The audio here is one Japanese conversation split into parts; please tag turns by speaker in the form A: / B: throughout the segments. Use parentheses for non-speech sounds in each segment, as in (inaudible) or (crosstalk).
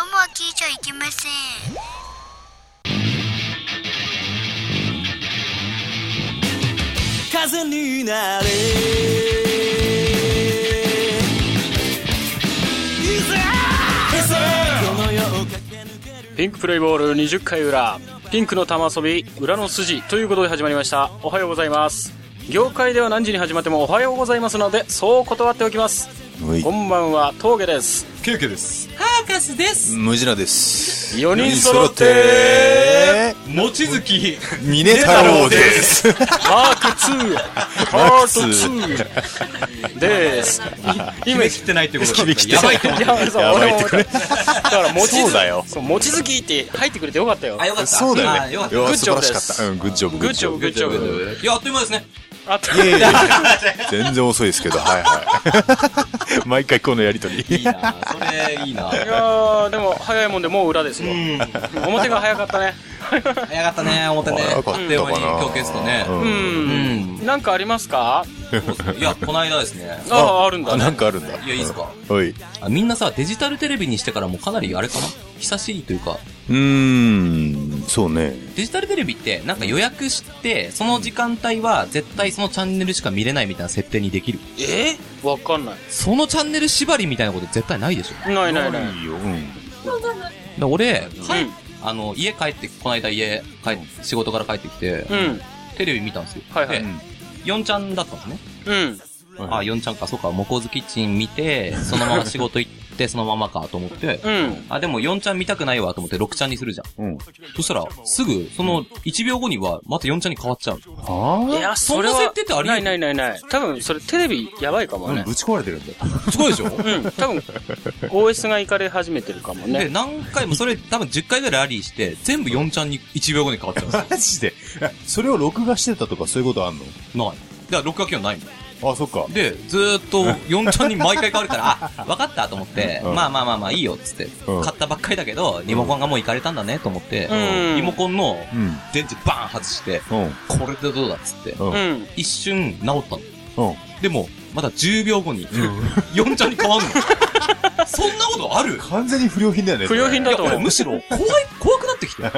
A: ゃいけません
B: 風になれ
C: ピンクプレイボール20回裏ピンクの玉遊び裏の筋ということで始まりましたおはようございます業界では何時に始まってもおはようございますのでそう断っておきます
D: はい
C: こんばんは峠です
D: ケウケです
E: ハーカスです。
D: ムジナです
C: 4人揃って
E: 望月。
D: ミネ太郎です
C: マーク2パート2ですい今
E: 姫切ってない (laughs) ってことだ
D: 切り切って
E: やばいってこと
C: いやそう
D: やば
C: 俺
D: い
C: も
D: ってこれ
C: だから餅
D: そうだよ
C: そう餅好きって入ってくれてよかったよ
E: あ、よかった。
D: そうだ
E: あよ
D: よ
E: かっ
D: ねい
E: た。
D: や
C: グッ
D: 素
C: ジョ
D: 晴
C: ブ
D: ら
C: で
D: し
C: す
D: かったうんグッジョブ
C: グッジョブグッジョブ
E: いや、あっという間ですね。
C: あった
D: いやいやいや全然遅いですけどはいはい (laughs) 毎回このやりとり
E: いいな。それ、いいな。
C: いやーでも早いもんでもう裏ですよ、
E: うん。
C: 表が早かったね
E: 早かったね、表ね。
D: 早
E: あ
D: か
E: っ
D: ったか
E: と
D: な
E: いう間に今日消すとね。
C: う、
E: うんん。
C: なんかありますか
E: いや、この間ですね。
C: あああるんだ
D: あなんかあるんだ
E: いやいいっすか
D: うんはい
E: あみんなさ、デジタルテレビにしてからもうかなりあれかな久しいというか、
D: うーんそうね
E: デジタルテレビってなんか予約して、その時間帯は絶対そのチャンネルしか見れないみたいな設定にできる。
C: えわかんない
E: そのチャンネル縛りみたいなこと絶対ないでしょ。
C: ないないない
D: いようん
E: で俺、
C: う
E: あの、家帰って、この間家帰っ、仕事から帰ってきて、
C: んうん
E: テレビ見たんですよ。
C: はいはい
E: で、4ちゃんだったんですね。
C: うん
E: あ、4ちゃんか、そうか、モコズキッチン見て、そのまま仕事行って、そのままかと思って、
C: うん
E: あ、でも4ちゃん見たくないわと思って6ちゃんにするじゃ
D: う
E: ん。
D: ん
E: そしたら、すぐ、その1秒後には、また4ちゃんに変わっちゃう。
D: はい
C: や
E: そ
C: そ
E: ん
C: れ
E: な
C: は
E: 設定ってありえ
C: な
E: る
C: いないないない多分それテレビやばいかも
D: あ
C: ね
D: ぶち壊れてるんだ (laughs)
E: すごいで
C: (laughs)
E: しょ
C: うん多分 OS がいかれ始めてるかも
E: で、
C: ね
E: 何回もそれ多分10回ぐらいラリーして、全部4ちゃんに1秒後に変わっちゃうん
D: マ
E: です
D: ジであそれを録画してたとかそういうことあん
C: (laughs)
D: の
E: よ。ない。だから録画機能ないの。
D: あそっか
E: で、ずーっと4ちゃんに毎回変わ
C: (laughs)
E: るから、あ、わかったと思って、
D: うん
E: まあまあまあまあいいよっつって、
D: うん
E: 買ったばっかりだけど、リモコンがもういかれたんだねと思って、
C: うん
E: リモコンの
D: うん
E: 電池バーン外して、
D: うん
E: これでどうだっつって、
D: うん
C: う
D: うん
C: ん
E: 一瞬治ったの。
D: うん
E: でも、まだ10秒後に、4ちゃん (laughs) に変わんの。そんなことある
D: 完全に不良品だよね
C: 不良品
E: い
C: だ
E: や、
C: と思う
E: 俺むしろ怖い、怖くなってきて。なん、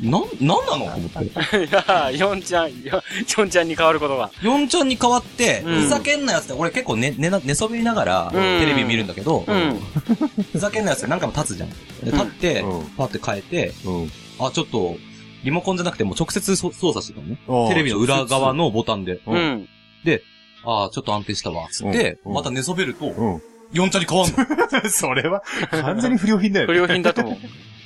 E: なんなのと思って。
C: いやヨンちゃんヨンちゃんに変わることが
E: 4ちゃんに変わって、
C: うん
E: ふざけんなやつって、俺結構寝、寝な、寝そべりながら、
C: うん
E: テレビ見るんだけど、
C: うん
E: ふざけんなやつって何回も立つじゃん。で立って、
D: うん
E: パって変えて、
D: うん
E: あ、ちょっと、リモコンじゃなくてもう直接そ操作してたのね。
D: ああ
E: テレビの裏側のボタンで。
D: うん
C: うん
E: あーちょっと安定したわ。つって、
D: うん
E: また寝そべると、
D: うん
E: 四ちゃんに変わん
D: (laughs)
E: の。
D: それは、完全に不良品だよ
C: 不
D: ね。
C: 良品だと思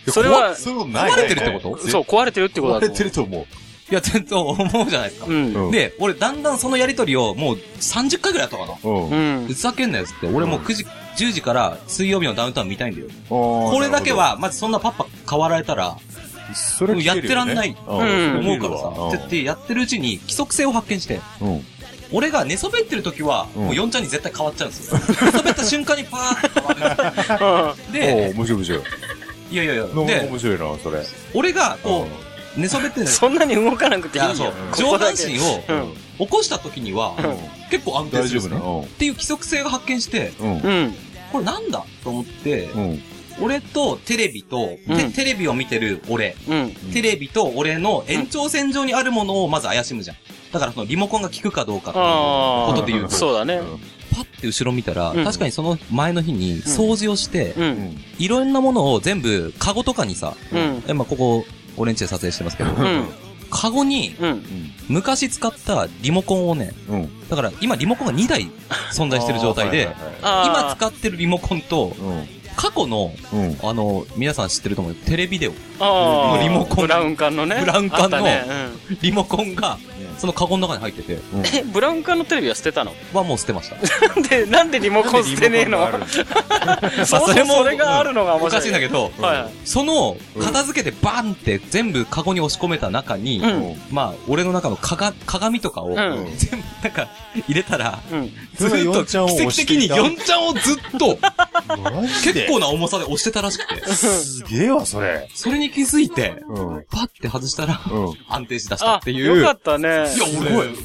C: うそれは
D: そういうことない
E: 壊れてるってこと
C: そう壊れてるってことだと
D: 壊れ
C: 思
D: てると思
E: いや、全然思うじゃないですか
C: うう。ん
D: う。
E: で、俺だんだんそのやりとりをもう30回ぐらいやったかな。
D: う
C: う
D: ん。うん。
C: ん (laughs)
E: ふざけんなやつって、俺もう9時、10時から水曜日のダウンタウン見たいんだよ。こ
D: こ
E: れだけ、は、まずそんなパッパ変わられたら、
D: それ
E: やってらんない
C: うん
E: 思うからさ、って言ってやってるうちに規則性を発見して、
D: うん。うん
E: 俺が寝そべってる時は、
D: うん
E: もう4ちゃんに絶対変わっちゃうんですよ。寝そべった瞬間にパーって変わる。
D: お
E: で、
D: ー面白い面白い。
E: いやいやいや、
D: なんか
E: で、
D: 面白いな、それ。
E: 俺がこ
D: うん
E: う、寝そべってるんです
C: そんなに動かなくていいよ。
E: そう
C: こ
E: 上
C: こだ
E: 半
C: け
E: 身を
C: うん
E: 起こした時には、結構安定
D: 大
E: す
D: 丈夫
E: るん
D: な
E: ですね。っていう規則性が発見して、
D: うん。
C: うん。
E: これなんだと思って、
D: うん。うん。
E: 俺とテレビと、て
C: うん
E: テレビを見てる俺、
C: うん。
D: うん
E: テレビと俺の延長線上にあるものをまず怪しむじゃん。だからそのリモコンが効くかどうかっていう
C: ああ。
E: ことで言うと、
C: そうだね。
E: パッて後ろ見たら、
C: うん
E: 確かにその前の日に掃除をして、
C: う。
D: うんん。
E: いろんなものを全部カゴとかにさ、
C: うん。
E: 今ここ、俺んちで撮影してますけど、
C: うん。
E: カゴに
C: うん。
E: 昔使ったリモコンをね、
D: うん。
E: だから今リモコンが2台存在してる状態で
D: あ、ーはいはいはい
E: 今
C: あ
E: 使ってるリモコンと、過去の、
D: うん。うん。
E: あの、皆さん知ってると思うテレビデオ、
C: あ。ああ。
E: リモコ
C: ブ
E: ン
C: ラウン管のね。
E: ブラウン管の
C: あったねうん
E: リモコンが、そのカゴの中に入ってて、
C: え、ブラウン管のテレビは捨てたの
E: はもう捨てました。
C: なんで、なんでリモコン捨てねえの
D: なんでリモコンがあるん
C: (laughs)
D: だ
C: そもそもそれがあるのが
E: お
C: 面白い。
E: かしいんだ
C: け
E: けど、
C: は
E: その、片付けてバンって全部カゴに押し込めた中に、
C: うん
D: うん
E: まあ、俺の中のかが鏡とか
C: う
E: を、
C: ん
E: 全部、なんか、入れたら、
C: い。うん。
D: そ
E: (laughs) ず
D: れ
E: っ
D: は四
E: と、
D: ち
E: 奇
D: ゃんを押
E: 跡
D: して
E: 的
D: い
E: に
D: た
E: 4ちゃんをずっと、
D: マジで
E: 結構な重さで押してたらしくて、
D: すげえわ、それ。
E: それに気づいて、
D: うん。うん。
E: パッて外したら、安定しだした
C: あ
E: っ、ていう。
C: よかったね。
E: いや、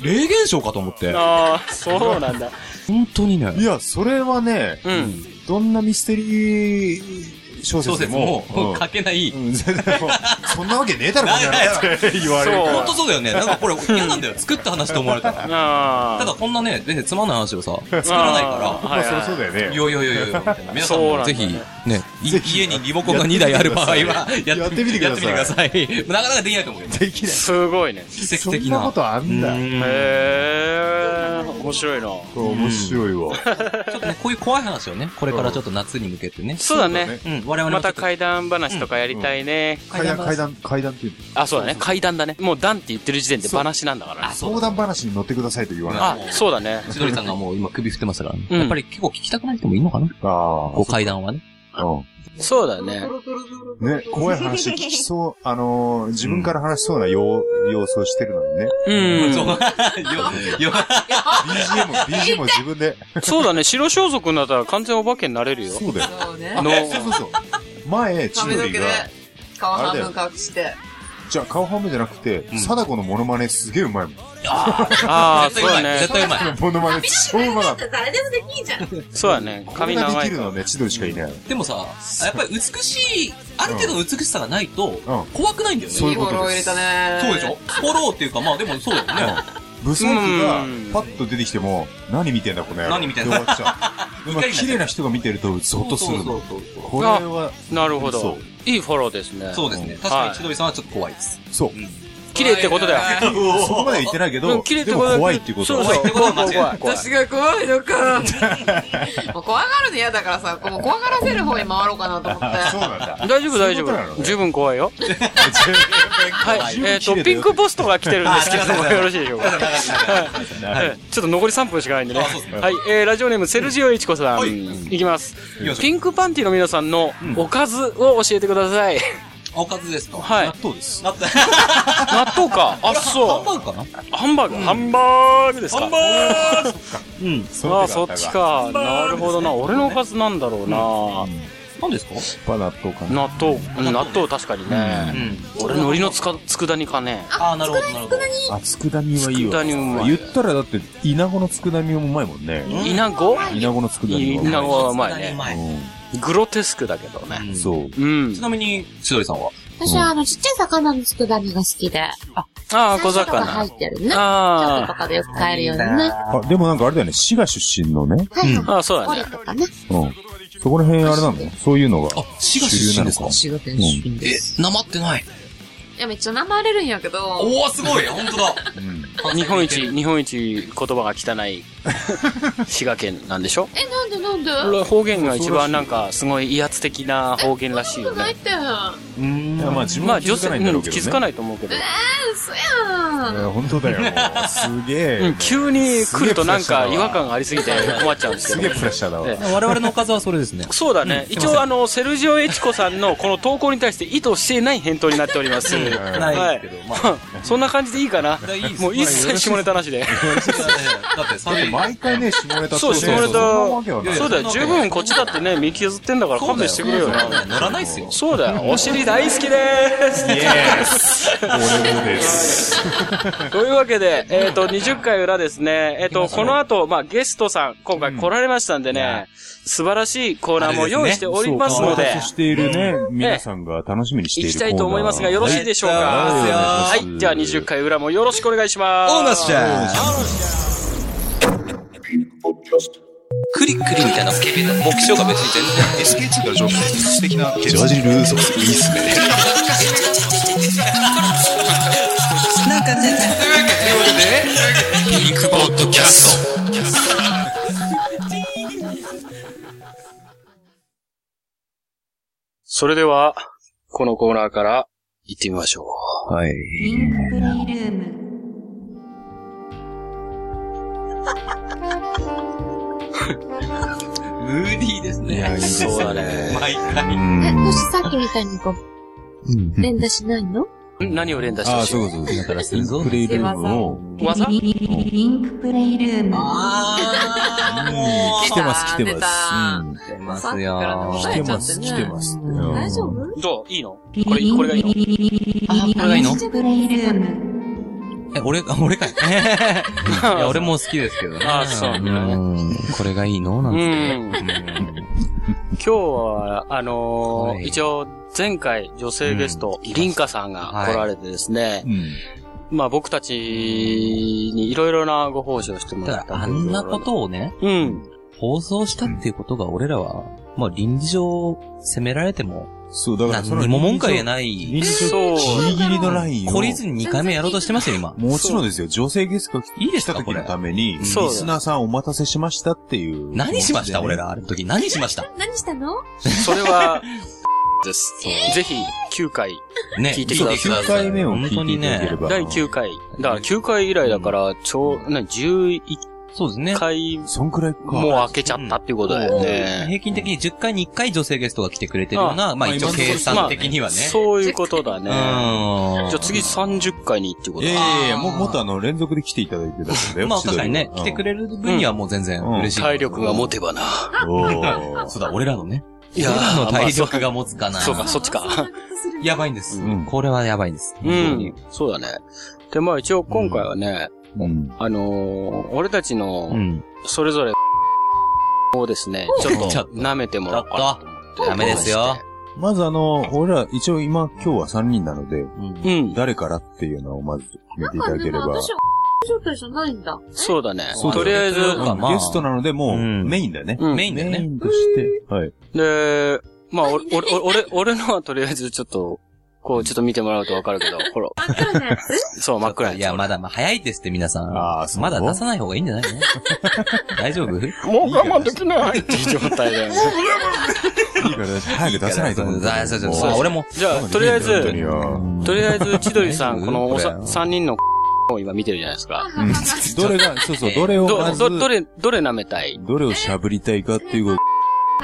E: 俺、霊現象かと思って。
C: ああ、そうなんだ。
E: 本当にね。
D: いや、それはね、
C: うん。
D: どんなミステリー小
E: 小
D: 説
E: 説
D: も
E: も、
D: うん
E: 書けない。
D: うん全然もうそんなわけねえだろ、こんな
E: ない
D: のって言われる
C: そ
D: か
C: う
E: 本
D: ら
E: 当そうだよね。なんかこれ嫌なんだよ。作った話と思われたら。
C: あ
E: ただ
C: ー
E: こんなね、全然つまんない話をさ、作らない
C: あ
E: か
D: まあ、そりゃそうだよ
E: ら、い
D: ね。
E: やいやいやいや、みたいな (laughs) 皆さん
C: そうなん
E: も
C: だ
E: ぜ
C: ね
E: ひ、ね、い家にリモコンが2台ある場合は、
D: やってみてください
E: やってみてください。なかなかできないと思うよ。
D: できない。
C: すごいね。
E: 奇跡
D: そ
E: 的
D: ん
E: な。
D: なことあんだ。
E: うん
C: へえ、面白いな。
D: これ面白いわ。
E: ちょっとね、こういう怖い話をね、これからちょっと夏に向けてね。
C: そうだね。
E: うん、我々もちょ
C: ま
E: っと
C: た怪談話とかやりたいね。
D: 階段、階段、階段っていうの
C: あ、そうだね。怪談だね。もう談って言ってる時点で話なんだからね。
D: 相談話に乗ってくださいと言わない。
C: あ、そうだね。
E: 千鳥さんがもう今首振ってましたからね。
C: うん
E: やっぱり結構聞きたくない人もいいのかな
D: あ
E: こう階段はね。
D: あ。うん
C: そうだね。
D: ね、怖い話聞きそう、あのー、自分から話しそうな様、様子をしてるのに
C: (laughs) う
D: ね。
C: ん。
E: そう。よ、 (laughs) よ、
D: BGM、BGM を自分で。
C: そうだね。白装束になったら完全お化けになれるよ。
D: そうだよ。
A: そうね
D: あ。
C: の
D: そうそうそう。前、千
A: 髪の
D: 鳥
A: 毛
D: が
A: で、顔半分隠して。
D: じゃあ顔半分じゃなくて、貞子のモノマネすげえうまいもん。 (laughs)
C: ああ、
E: 絶
C: そう
E: 対
C: だ
E: うまい。
C: ね
E: 絶。対うまい。
D: モノマネ超うまかった。
A: 誰でもできんじゃん。
C: そうだね。髪
D: こんな
C: 長
D: で
C: い
D: きるのはね、千鳥しかいない。
E: でもさ、やっぱり美しい、ある程度の美しさがないと
D: ん、
E: 怖くないんだよね。
D: そう
A: い
D: い
A: いうフ
D: こと
A: ォ
D: です
A: ロー入れたね。
E: そうでしょフォローっていうか、まあでもそうだよね。
D: ブサイクが
C: うん
D: パッと出てきても、何見てんだこの野郎
E: 何見てんだ
D: って終わ
C: (laughs)
D: っちゃう
E: 一
D: まあ
E: 回になっちゃう
D: 綺麗な人が見てるとゾッとする
E: そ
D: の
E: う。そうそう
D: これは、
C: なるほ
D: そ
C: ど。いいフォローですね。
E: そうですね。確かに千鳥さんはちょっと怖いです。
D: そう。
C: 綺麗ってことだよ。
D: そこまでは言ってないけ
C: う
D: ど、
C: ん綺麗っ
D: で
C: て
D: も
C: ことだ
D: 怖いっていうこと
C: そうそう。
E: 怖いってことは間違いない
C: 怖い
A: 私が怖いの
D: (laughs)
A: か。もう怖がるの嫌だからさ、もう怖がらせる方に回ろうかなと思って。
D: そうなんだ。
C: 大丈夫、大丈
D: そういうことなの
C: 夫。
D: ね
C: 十分怖いよ。
D: (laughs)
C: はい。えっと、ピンクポストが来てるんですけども、
E: あありがとうござ
C: よろ
E: います
C: しいでしょうか。はいはいちょっと残り3分しかないんでね。
E: あそうですね
C: はい。えーラジオネーム、セルジオイチコさん。いきます
E: きましょ。う
C: ピンクパンティの皆さんのおかずを教えてください。
E: おかずですと。
C: はい
E: 納豆です。納豆。
C: 納豆か。あ、
E: ハンバ
C: そ
E: ーグかな
C: う。ハンバーグ。ハンバーグですか。ハンバーグ
E: うん。
C: あー、そっち。か。なるほどな。俺のおかずなんだろうな。
E: 何ですか
D: パナットかな。
C: 納豆。うん納豆確かに
E: う
C: ね。
E: ん。
C: 俺、海苔のつか、佃煮かね。
E: ああ、なるほど、なるほど。
D: あ、佃煮はいいわ。
C: 佃煮うまい
D: 言ったらだって、イナゴの佃煮もうまいもんね。
E: ん
C: イナゴ
D: イナゴの佃煮
C: イナ
D: は
C: ゴはうまいね
E: う。まい。
C: グロテスクだけどね。
D: うんそう。
C: うん
E: ち。なみに、千鳥さんは
F: 私はあの、ちっちゃい魚の佃煮が好きで。
C: ああ、小
F: とか入
C: 魚。
F: ってるね。京都と
C: あ
F: かでよく買えるようなね。は
D: あ、でもなんかあれだよね、滋賀出身のね。
F: い
C: あ。
F: は
C: ああ、そう
F: い。
C: だね
F: ポリ。とかね。
D: うん。そこら辺あれなんだよ。そういうのが。
E: あ、滋賀出身ですか
F: 仕事に出身
E: え
F: で、す。
E: なまってない。
A: いや、めっちゃ生まれるんやけど、
E: おおすごい本当だ
D: うん。
C: 日本一、日本一言葉が汚い滋賀県なんでしょ
A: え、なんでなんで
C: 俺は方言が一番なんかすごい威圧的な方言らしいよ
A: ないっ
C: ね。
A: て。えー、
D: うん。まあ自分
C: まあ
D: は気
C: 女
D: づ
C: 性、
D: かないんだ
C: う
D: ろ
C: ん、
D: うけど
C: 気
D: ね。
C: づかないと思うけど。
A: 嘘や
D: い
A: ん。
D: や本当だ
C: (laughs)
D: よ。もうすげ
C: う
D: え
C: ん、。急に来るとなんか違和感がありすぎて困っちゃうんです
D: す
C: け
D: げえ
C: ど
D: プ。レッシャーだわ。
C: ええ
E: 我々のおかずはそれです (laughs) ね。
C: そうだね。一応あの、セルジオエチコさんのこの投稿に対して意図していない返答になっております。
E: ないけど、まあ。
C: (laughs) そんな感じでいいかな。
E: いやいいです
C: もう一切下ネタなしで。
E: だって、
D: だって毎回ね、下ネタ
C: そう
D: 通る
C: 下ネタ
D: そんなわけはない
E: や
C: そうだよ、十分こっちだってね、見削ってんだから勘弁してくれよ
E: そうだよ
C: な。
E: 乗らないっすよ。
C: そうだよ、お尻大好きでーす。
D: 俺もです。
C: というわけで、えっ、と、20回裏ですね。えっ、と、この後、まあ、ゲストさん、今回来られましたんでね、素晴らしいコーナーも用意しておりますので、
D: そうお待たせしているね、皆さんが楽しみにしてい
C: 行
D: る
C: きたいと思いますが、よろしいでしょうか。
E: はい
C: は
D: はい
C: い、じゃあ20回裏もよろしくお願いします。
E: ちゃんクリックリみたいな目標が別に全然。
D: ジョージ・ルーソス、いいっすね。
C: それでは、このコーナーから行ってみましょう。
D: はい。
E: ムーディーですね。
D: いやいいですね
C: そうだね。
E: (laughs) 毎
D: う
E: 回。
F: え、
D: ん
F: もしさっきみたいにこう、連打しないの
C: ん何を連打して
D: あ
C: ほ
D: あ、
C: しい
D: そうそうそう。だから、プレイルームを、
C: 技
G: リンクプレイルーム。
E: あも
D: 来てます、来て
A: 出
D: ま
A: た
E: う。
D: す。
E: 出ま
A: さ
E: す
A: っきからね
E: よ。
D: うん来てます、来てます。
A: 大丈夫
C: どういいのこれ、これがいいの
E: あ、これがいいの
G: リンクプレイルーム。
E: え、俺、あ、俺 (laughs) かい。いや、俺も好きですけどね。
C: あそう
E: うんこれがいいのなん
C: う
E: て。
C: ん。
E: うん
C: 今日は、あのー
E: はい
C: 一応、前回女性ゲスト、
E: うん
C: リンカさんが来られてですね、
D: うん。
C: まあ僕たちにいろいろなご奉仕をしてもら
E: ただ
C: っ、た
E: あんなことをね、
C: といううん。
E: 放送したっていうことが俺らは、まあ倫理上責められても、
D: そう、だから
E: 何
D: その
E: にも文句は言え
D: い。
E: ない。
D: 臨時
C: そう
D: 上ギリギリのラインを。
E: 懲りずに2回目やろうとしてますよ、今。
D: もちろんですよ。女性ゲストが
E: いいで
D: 来
E: すか
D: た時のために、リス
C: そう
D: ナーさんお待たせしましたっていう。
E: 何しました俺
D: ら。
E: ら、あの時。何しました
F: 何したの
C: それ
E: (laughs)
C: は、です。ぜひ、9回、
E: ね、
C: 聞いてください
D: 9回目を
E: 本当
D: 聞い
E: に
D: ていただけれ
E: ね。
D: ば。
C: 第9回。だから9回以来だから、ちょう、な、11
E: そうですね。
C: 回
D: そんくらいか。
C: もう開けちゃったっていうことだよね。
E: 平均的に10回に1回女性ゲストが来てくれてるような、まあ一応計算的にはね。
C: そういうことだ
E: う
C: ね。
E: ん。
C: じゃあ次30回にってこと
D: ええ
C: だ。
D: いやもうもっとあの、連続で来ていただいてたんだよ。
E: まあ確かにね、来てく
D: れ。
E: れる分にはもう全然嬉しい。
C: 体力が持てばな。
D: お
E: あ
D: ー
E: そうだ、俺らのね。
C: いやー
E: 俺らの体力が持つかな。
C: そうか、そっちか。
E: やばいんです
D: うん。
E: これはやばいんです。
C: う
E: 本当に
C: ん。そうだね。で、まあ一応今回はね、
D: うん。
C: あのー、俺たち
E: う
C: の、
E: ん。
C: それぞれ、をですね、ちょっ
E: ちょっ
C: と
E: と
C: 舐めてもらおうかなと思って。
E: ダメですよ。
D: まずあの、俺ら一応今、今日は3人なので、
E: うん
C: うん。
D: 誰からっていうのをまず決めていただければ。
F: 私は、状態じゃないんだ。
C: そうだね
D: そう。だ
C: と
D: ね
C: りあえず、
E: そうかまあ
D: ゲストなのでもう
E: うん
D: メインだよね。
C: うん
E: メインだよ
D: メイ
E: ね。
D: ンとして。はい。
C: で、まあ、おおお俺、俺のはとりあえずちょっと、こう、ちょっと見てもらうとわかるけど、ほら、
F: 真っ暗なやつ
C: そう、真っ暗
E: い
C: や
E: や、まだまあ早いですって皆さん。
D: あーそう
E: まだ出さない方がいいんじゃな
D: (laughs)
E: いの大丈夫
C: つ。もう我慢できないっていう状態だよ
F: (laughs)
C: ね。
D: いいから早く出さないと。
E: そうそうそうそう
D: も
E: そう俺も。
C: じゃあ、とりあえ
D: 本当に
C: ず、
D: よ
C: とりあえず、千鳥さ、
E: うんん
C: このお
E: こ
C: さ
E: れ
C: 3人のを今見てるじゃないですか。
D: うんどれが、そうそう、どれをま
C: ど、
D: ず、
C: ど、どれ、どれ舐めたい
D: どれをしゃぶりたいかっていうこと。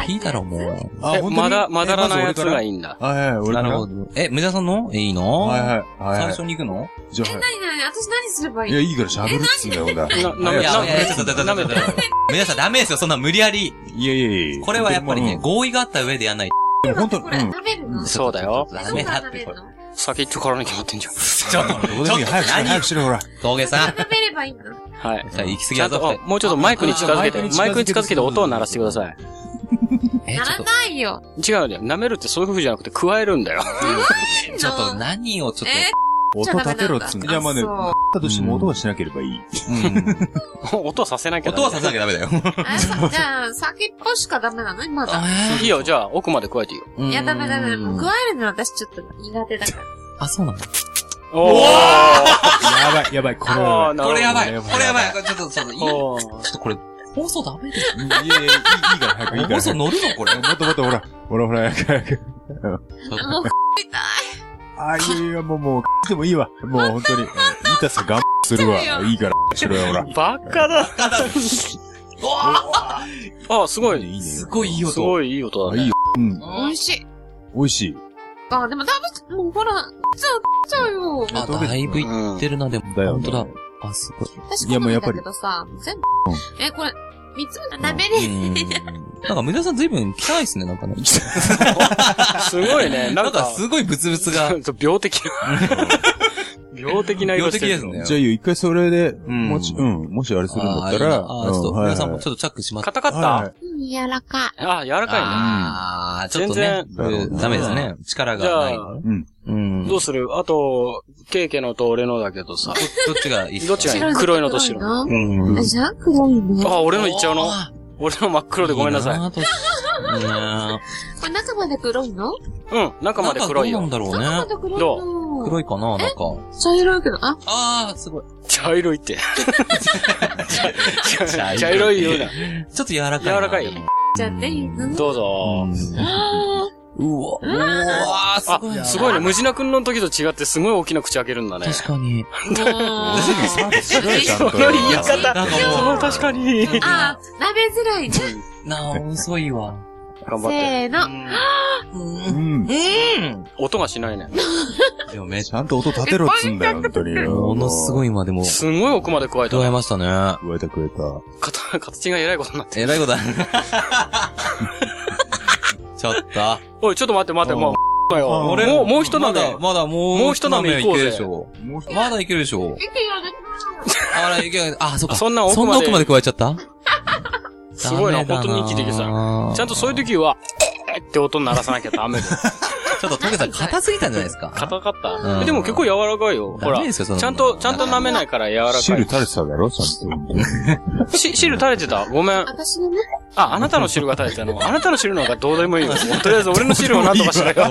E: いいだろ、もう。
D: あ
C: え、まだ、まだらなやつがい
D: い。
C: いんだ。
D: あはいはい、俺か
E: な
D: ら
E: るほど。え、無駄さんのいいの
D: はいはい、はい
E: 最
D: はい
E: 初。に行くの
D: じゃあ、
F: 何何私何すればい
D: いや、
F: い
D: いいからしゃぶるっつうんだよ、ほんだ。
C: な、舐
E: い
C: め、
E: や、
C: 舐め、
E: いや、ちょっと、ちょっと、ちょ
C: 舐
E: っと
C: め
E: ち
C: た
E: ょっと。皆さんダメですよ、そんな無理やり。
D: いやいやいや
E: これはやっぱりね、合意があった上でやんない。
D: でも本当に、
F: こ
D: う
F: れ、
D: ん。
F: 食べるの
C: そうだよ。
E: ダメだって、これ。
C: 先っちょからに決まってんじゃん。
E: ちょっと、ち
D: ど
E: ょ
D: う
E: っ
D: で
E: と
D: もいい、早くしろ、早
E: 何
D: くしろ、ほら。
E: 峠さん。
F: 食べればいいの
C: はい。
E: さあ行き過ぎ
C: ちゃ
E: だ
C: んと、
E: ぞ
C: お。もうちょっとマイクに近づけて
D: ああ、
C: マイクに近づけて音を鳴らしてください。
E: え、ち
F: な
E: ょっ
F: ら
E: と、
F: ないよ。
C: 違うんだよ。舐めるってそういう風じゃなくて、加えるんだよ。
E: ちょっと何をちょっ
F: え
D: 音立てろっつうんだ。いや、まあね、
F: そう
D: だとしても音がしなければいい。
E: と、うん。
C: (laughs) 音はさせなきゃダメ。
E: 音はさせなきゃダメだ
F: (laughs)
E: よ。
F: あそうじゃあ、先っぽしかダメなの今だ。
C: いいよ、じゃあ、奥まで加えていいよ。
E: うん
F: いや、ダメダメ。もう加えるの私ちょっと苦手だから。
E: あ、そうなんだ。
C: お
D: やばい、やばい、これは。
E: これやばい。
D: なるほど
E: これやばい。これちょっと、ちょっと、いい。ちょ
C: おー
E: っとこれ、放送ダメで
D: いやいや、いいいいから、早く、いいか
E: 放
D: ら。
E: 送乗るのこれ。
D: もっともっと、ほら。ほらほら、早く早く。
F: もう、
D: あ、いやいや、もう、もう、でもいいわ。もう、本当に。痛さ我慢するわ。いいから、しろよ、ほら。
C: バカだ。
E: うわ
C: あ、すごい。
D: いいね。
E: すごいいい音
C: すごいいい音だね。
D: うん。
F: 美味しい。
D: 美味しい。
F: あ、でも食べ、もうほら、食っちゃう、食っちゃうよ。
E: あ、だいぶいってるな、でも。
D: だよ
E: ほん
D: ね
E: とだ。あ、すごい。
F: 私
D: いや
F: 好
D: もう
F: み
D: やっぱ
F: だ
D: り
F: けどさ、全部
D: うん、
F: え、これ、三つ目ダメ
E: うん
F: ね。
E: なんか、無駄さん随分汚いっすね、なんかね。
C: すごいね。な
E: な
C: ん
E: んか、
C: か、
E: すごいブツブツが。
C: (laughs) そう病
E: (laughs)
C: 的な。病的な色してる。
E: 病的ですね
D: じゃあいいよ、一回それで、
E: ん
D: もし、うん、もしあれするんだった
E: あ
D: ら、
E: ーあー、ちょっと、
D: う
E: 皆さん
D: は
E: も
D: い
E: ちょっとチャックします。
C: 硬か
D: はい
C: っ
F: うん柔らかい。
C: た。あ、柔らか
E: ああ、ちょっとね。
D: 全然
E: うんダメですね。力
C: いね。じゃ
E: が
C: あ
E: ない。、
D: うん。
E: うん。
C: ど
E: ど
C: うするあと、ケーケのと俺のだけどさ。
E: どっちがいいっすか
C: どっちがいい黒いのと白いの
F: の。
E: うん
F: あ、じゃあ黒いね。こ
C: あ、俺のいっちゃうの
E: あ
C: 俺の真っ黒でごめんなさい。
E: なと。ねえな
F: れ中まで黒いの
C: うん、中ま
E: ん
C: で
E: かど
C: 黒
E: う
C: い
E: なん
C: よ。
E: だろう
F: 中ま
E: ね。
F: で黒い
C: ど
F: の。
E: 黒
F: い。
E: いかななんか。
F: 茶色いけど、あ、
E: ああ、すごい。
C: 茶色い
E: (laughs)
C: って。
E: 茶
C: 茶色いような。
E: ちょっと柔らかいな。
C: 柔らかい
E: でも
F: じゃあね、い
E: (laughs)
F: いの
C: どうぞ。
F: あ
E: うわ、うわー、すごい
C: あ、
E: な。
C: すごいね。ムジナ君の時と違ってすごい大きな口開けるんだね。
E: 確かに。
F: ー。もう。
D: ちゃん
C: そ
D: と
C: の (laughs) 言い方、
E: なんか
C: そ
E: も
C: の確かに。
F: あー、舐めづらいね。
E: う、 (laughs) なあ、遅いわ。
C: 頑張って。
F: せーの。
E: う。
D: うんん。
C: 音がしないね。
E: でもめっ
D: ち
E: ち
D: ゃんと音立てろっつうんだよ、本当に。
E: ゃ、ものすご
D: い。
E: い今でも、
C: すごい奥まで加えた
E: 加え。ましたね。
D: 加えた加えた。
C: 形形が偉いことになって。
E: えらいことだ。 (laughs) ちょっと。
C: おい、ちょっと待って待って、もう、だ
D: あ
C: よ。
D: ー
C: 俺、もう、もう一
E: ま
C: 鍋。
E: だ、まだもう、
C: もう一舐め行こうぜ
E: 一舐めいけるでしょ。
D: もう一
E: まだいけるでしょ。
F: 見てよ、ね。
E: あら、いけない。あ、そっか。
C: そんな奥まで
E: そんな奥まで加えちゃった
C: すごいな、本当に息できさ。
E: さ
C: ちゃんとそういう時は、ーって音鳴らさなきゃダ
E: (laughs)
C: メだよ。
E: ちょっと、トゲさ
C: (laughs)
E: ん、硬すぎたんじゃないですか
C: 硬かった、
E: うん
C: でも結構柔らかいよ。ほ
E: ダ
C: ら。
E: メですよそんなの
C: ちゃんと、ちゃんと舐めないから柔らかい。
D: 汁垂れてただろちゃんと。
C: し汁垂れてた。ごめん。
F: 私のね、
C: あ、あなたの汁が垂れてたの。あなたの汁なんかどうでもいいよ。とりあえず俺の汁をなんとかしなよ。
E: いいか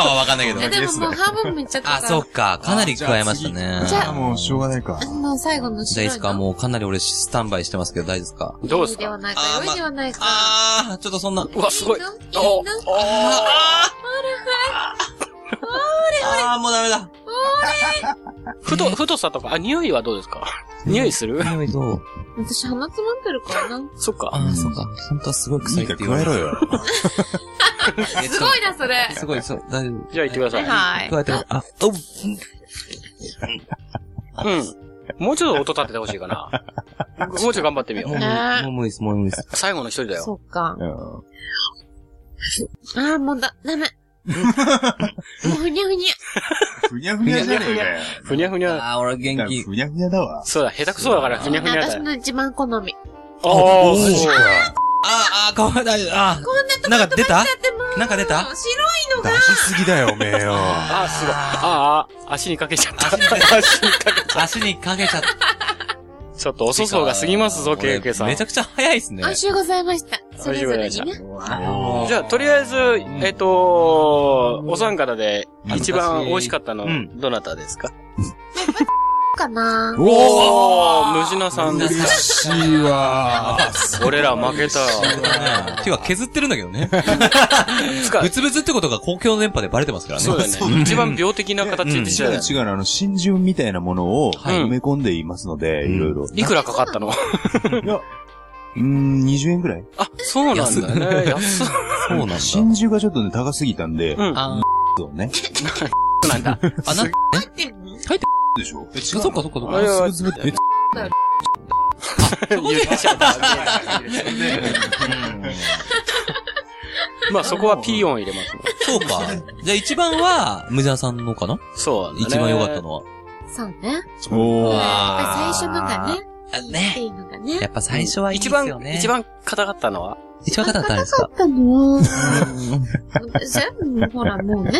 E: はわかんないけど
F: いや。でももう半分もいっちゃった
E: あ、
F: から
E: そっ。か。かなり加えましたね。
F: じゃあ
D: あ、もうしょうがないか
F: あ。の、最後の
E: じゃあい
F: 白い
E: いで
F: の。
E: すかもうかなり俺スタンバイしてますけど大丈夫ですか
C: (laughs) どうで
F: いい
C: す
F: で
C: か
F: はないか
E: あ、ー
F: 良いではないか。
E: あー、ちょっとそんな。
C: うわ、すごい。
F: いいのいいの
C: お
E: あー、もうダメだ。
C: 太、太さとか、あ、匂いはどうですか匂いする
E: 匂いどう
F: 私鼻詰まってるからな。
C: そっか。
E: あー、そっか。本当はすごい臭
D: いい
E: いって
D: か、
E: 言わ
D: 加え
E: れ
D: ろ
E: る。
D: よ。
F: すごいな、それ。
E: すごい、そう、大丈夫。
C: じゃあ行ってくださ
A: はい。
E: 加えても、あ、おう
C: い。うん。もうちょっと音立ててほしいかな。 (laughs) もうちょっと頑張ってみよ
E: もう
C: う。
E: 無理、もう無理です、もう無理です。
C: 最後の一人だよ。
F: そっか。
E: (laughs)
D: うん
F: あー、もうだ、ダメ。もうふにゃふにゃ。
D: ふにゃふにゃじゃねえかよ。
C: ふにゃふにゃ。
E: あー、俺
D: だ
E: 元
D: から
E: 気。
D: ふにゃふにゃだわ。
C: そうだ、下手くそだから、ふにゃふにゃだ
F: 私
C: よ。
F: の一番好み。
C: ああ、
E: おー
C: そうか
E: (laughs) あー、あー、かわいい、大丈夫あ
F: こんなとこ
E: ー、なんか出た
F: だってもう、
E: なんか出た
F: 白いの
D: 出し
F: が、
D: すぎだよ、おめえよ。
C: あー、すごい。あーあー、足にかけちゃった。 (laughs) 足にかけ
E: 足にかけちゃった。
C: ちょっと遅そうが過ぎますぞ、ケイケさん。
E: めちゃくちゃ早いですね。 (laughs)
F: あ、しゅうございました。それぞれに
C: ありが
F: ね。
E: もう
C: じゃあ、とりあえず、えっと、お三方で
D: うん
C: 一番美味しかったの
E: う、ん
C: どなたですか
F: かな
D: お
C: おー、ムジナさんで
D: 嬉
C: す。
D: しいわ
C: 俺ら負けた。
E: ていうか削ってるんだけど
C: (laughs)
E: ね。
C: つか
E: ブ、ツブツってことが公共の電波でバレてますからね。
C: そうだよね。一番病的な形でし
D: 違
C: た
D: う
C: よね。
D: 違うの、あの、真珠みたいなものを
C: はい
D: 埋め込んでいますので、
E: うん
D: いろいろ。
C: いくらかかったの
D: いや、うーん、20円ぐらい
C: あ、そうなんだね。安い。
E: そうなんだ。
D: 真珠がちょっとね、高すぎたんで、
C: うん。
E: あ
D: そうね。
C: そうなんだ。
E: ー、あ、なん
D: でしょえ、
E: そっかそっかそっ
C: あれ
E: か。
C: は
D: つぶつぶっ
E: (laughs)
D: て。
C: 言っちゃった。まあそこはピー音入れますね。
E: そうか。じゃあ一番は、無ジャーさんのかな
C: そうだね。
E: 一番良かったのは。
F: そうね。
D: おー。
F: や
E: あ
F: っぱり最初のがね、っ
E: ね。
F: ていうのがね。
E: やっぱ最初はいいで
C: 一
E: す
C: 番
E: よ、ね。
C: 一、番硬かったのは
E: 一番方は誰です
F: か
E: か
F: ったのは、全部ほらもうね、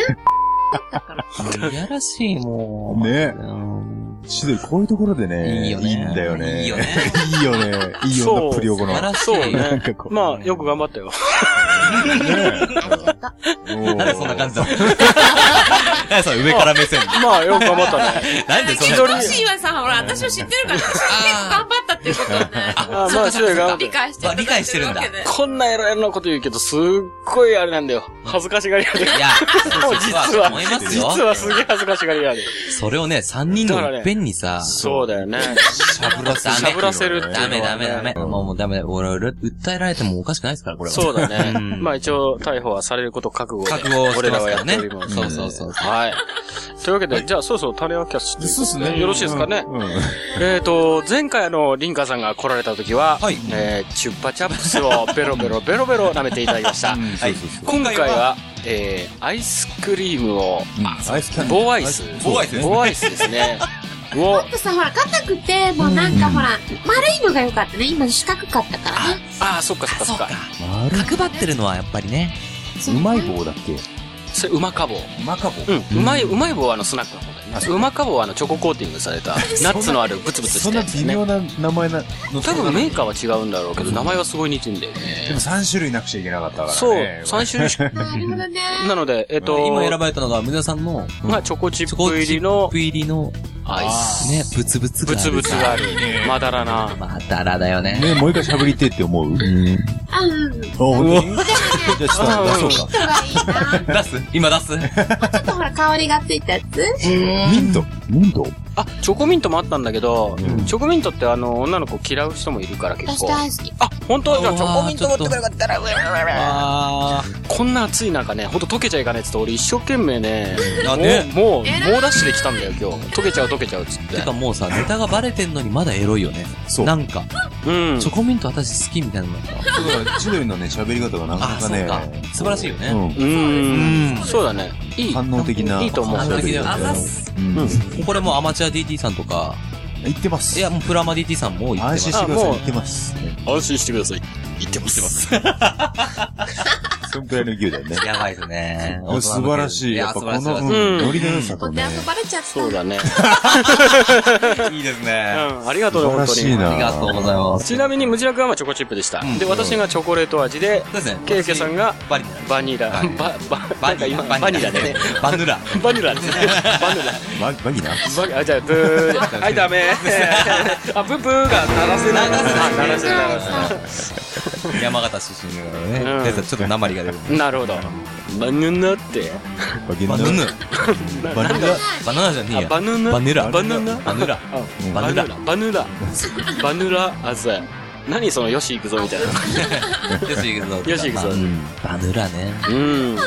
F: だから。
E: いやらしい、もう。
D: ね
E: うん
D: しどい、こういうところでね、
E: いいよね
D: いんだよね。
E: いいよね。
D: (laughs) いいよね。いいよな、プリオコ
E: 素
D: の。
E: 晴らしい。
C: そうね
D: なんかこう。
C: まあ、よく頑張ったよ。
E: な
D: なん
E: でそん (laughs) な感じだもん。なんでその上から目線。
C: まあ、よく頑張ったね。
E: なんでそんな。
F: トシーはさ、ほら、私を知ってるから、私結構頑張ったっていうことをね、
C: あまあ、しどい頑張った
F: 理
C: よ。
F: 解して
E: あ理解してるんだ
F: わけで
C: こんなエロエロなこと言うけど、すっごいあれなんだよ。恥ずかしがり屋で。
E: いや、そう実は思いますよ。
C: 実はすげえ恥ずかしがり屋で。
E: それをね、三人のいっぺんにさ、
C: そうだよね。
D: しゃぶらせ
E: ダ
C: し
E: メ
C: ゃぶらせるっていうの
E: ダ
C: はね
E: メダメダメ。もうもうダメだ。俺、俺、訴えられてもおかしくないですから、これは。
C: そうだね。
E: うん
C: まあ一応、逮捕はされること覚悟で。
E: 覚悟をし
C: 俺
E: て
C: ら
E: ます
C: は
E: か
C: やっ
E: ら
C: てお
E: ね
C: ります。
E: そうそうそうそう
C: はい。というわけで、じゃあ、そろそろ種明かしということで。
D: そうっすね。
C: よろしいですかね。
D: うん。
C: えーと、前回あの、リンカさんが来られた時は、
E: はい
C: えー、チュッパチャップスをベロベロベロベロ舐めていただきました。
E: はい。
C: 今回は、えー、アイスクリームを、
D: アイスキャンディー。
C: 棒アイス。
E: 棒アイスですね
C: 棒アイスですね。を
F: ちょっとさ、ほら、硬くて、もうなんかほら、丸いのが良かったね。今四角かったからね。
C: ああ、そっかそっかそっか。
E: 角張ってるのはやっぱりね。
F: そうね
D: まい棒だっけ
C: それ、うまか棒。
D: うまか棒。
C: うん。うまい、うまい棒はあの、スナックの方だよね。うまか棒はあの、チョココーティングされた、ナッツのあるブツブツし
D: そん
C: た
D: な
C: やつ
D: 微
C: ね
D: 妙。な名前なの
C: 多分メーカーは違うんだろうけど、名前はすごい似てんだよ
D: で
C: ね。
D: も3種類なくちゃいけなかったからね。
C: そう、
D: これ
C: 3種類しか。
F: なるほどね。
C: なので、えっと、
E: 今選ばれたのが、無駄さんの、
C: まあ、チョコチップ入りの
E: プ入りの、
C: アイス。
E: ね、ブツブツ
C: ブツブツがある。まだらな。
E: まあ、だらだよね。
D: ね、もう一回しゃぶりてえって思うあ、
E: うん。
F: あ、うん。人
D: ほんとにじゃあちょっと出そうか。
F: がいいな。
E: 出す今 (laughs) 出す
F: ちょっとほら、香りがついたやつ
D: ミント。ミント
C: あ、チョコミントもあったんだけど、
D: うん
C: チョコミントってあの、女の子嫌う人もいるから結
F: 私
C: 構。
F: 大好き。
C: あ、本当じゃあチョコミント
E: 持ってくれかったら、
C: こんな暑い中ね、ほんと溶けちゃいかねえっつって、俺一生懸命ね、
E: あね
C: もう、もう、猛
F: えらい
C: ダッシュで来たんだよ今日。溶けちゃう溶けちゃうっつって
E: て。かもうさ、ネタがバレてんのにまだエロいよね。
D: そう
E: なんか、
C: うん
E: チ。ョコミント私好きみたいなのが。
D: だから、千鳥のね、喋り方がなかなかね
E: あそうか、素晴らしいよね
D: うん
C: うん。そうだね。いい。
D: 反応的な。
C: いいと思う
E: あの
D: 喋
E: 時で
D: り
E: あ
D: 方
E: ざっす
D: うん
C: うん
E: これもうアマチュア DT さんとか、
D: 言ってます。
E: いや、もうプラマ DT さんも言ってま
D: 安
E: す
D: 心。してくださ
C: あも
D: い。
C: う
D: 言ってます。
C: 安心してください。言ってます。
D: そそんくらいの勢いだよ
E: (laughs)
D: ね。
E: やばいですね。
D: いや素晴らしい。
E: や
D: やっ
E: っぱ
D: ぱ
E: こ
D: こ
E: の、
D: の、
E: 素晴らし
D: うん
C: うん
D: ノリの良さ
F: ほ
D: と
F: んで
D: ね。
F: 遊ばれちゃった。
C: そうだね。
E: いいいいです
C: う
E: ね。
C: ん、ありがとうね、本
D: 素晴ら
C: 当
D: しい
C: に。
E: ありが
D: な
E: とうございます。
C: ちなみに、ムジラ君はチョコチップでした。で、私がチョコレート味で
E: そう、ですね。
C: ケイケさんが
E: バニラ。
C: バニラ、 (laughs)
E: はい
C: バ、バ、なんか今、バニラでね。。 (laughs)
E: バニラ。
C: バニラですね。バニラ。
D: ババギナ
C: バニラ、あ、じゃあ、ブー。 (laughs) はい、ダメ。あ、ブーブーが鳴らせない。あ鳴らせない。
E: 山形出身だから
C: うん
E: ね。ケイケさんちょっと鉛が出る。
C: なるほど。バヌナって。
D: バギナ
E: バヌヌ。
D: バギナ
E: バナナじゃねえ
C: あ
E: や。
C: バヌナ
E: バヌラ。
C: バヌナ
E: バヌラ。
C: あ
E: バヌラ。
C: バヌラ。 (laughs) バヌラ、あずや。何その、よし行くぞみたいな。
E: よし行くぞ。
C: よし行くぞ
E: うんバヌラね。
C: うん。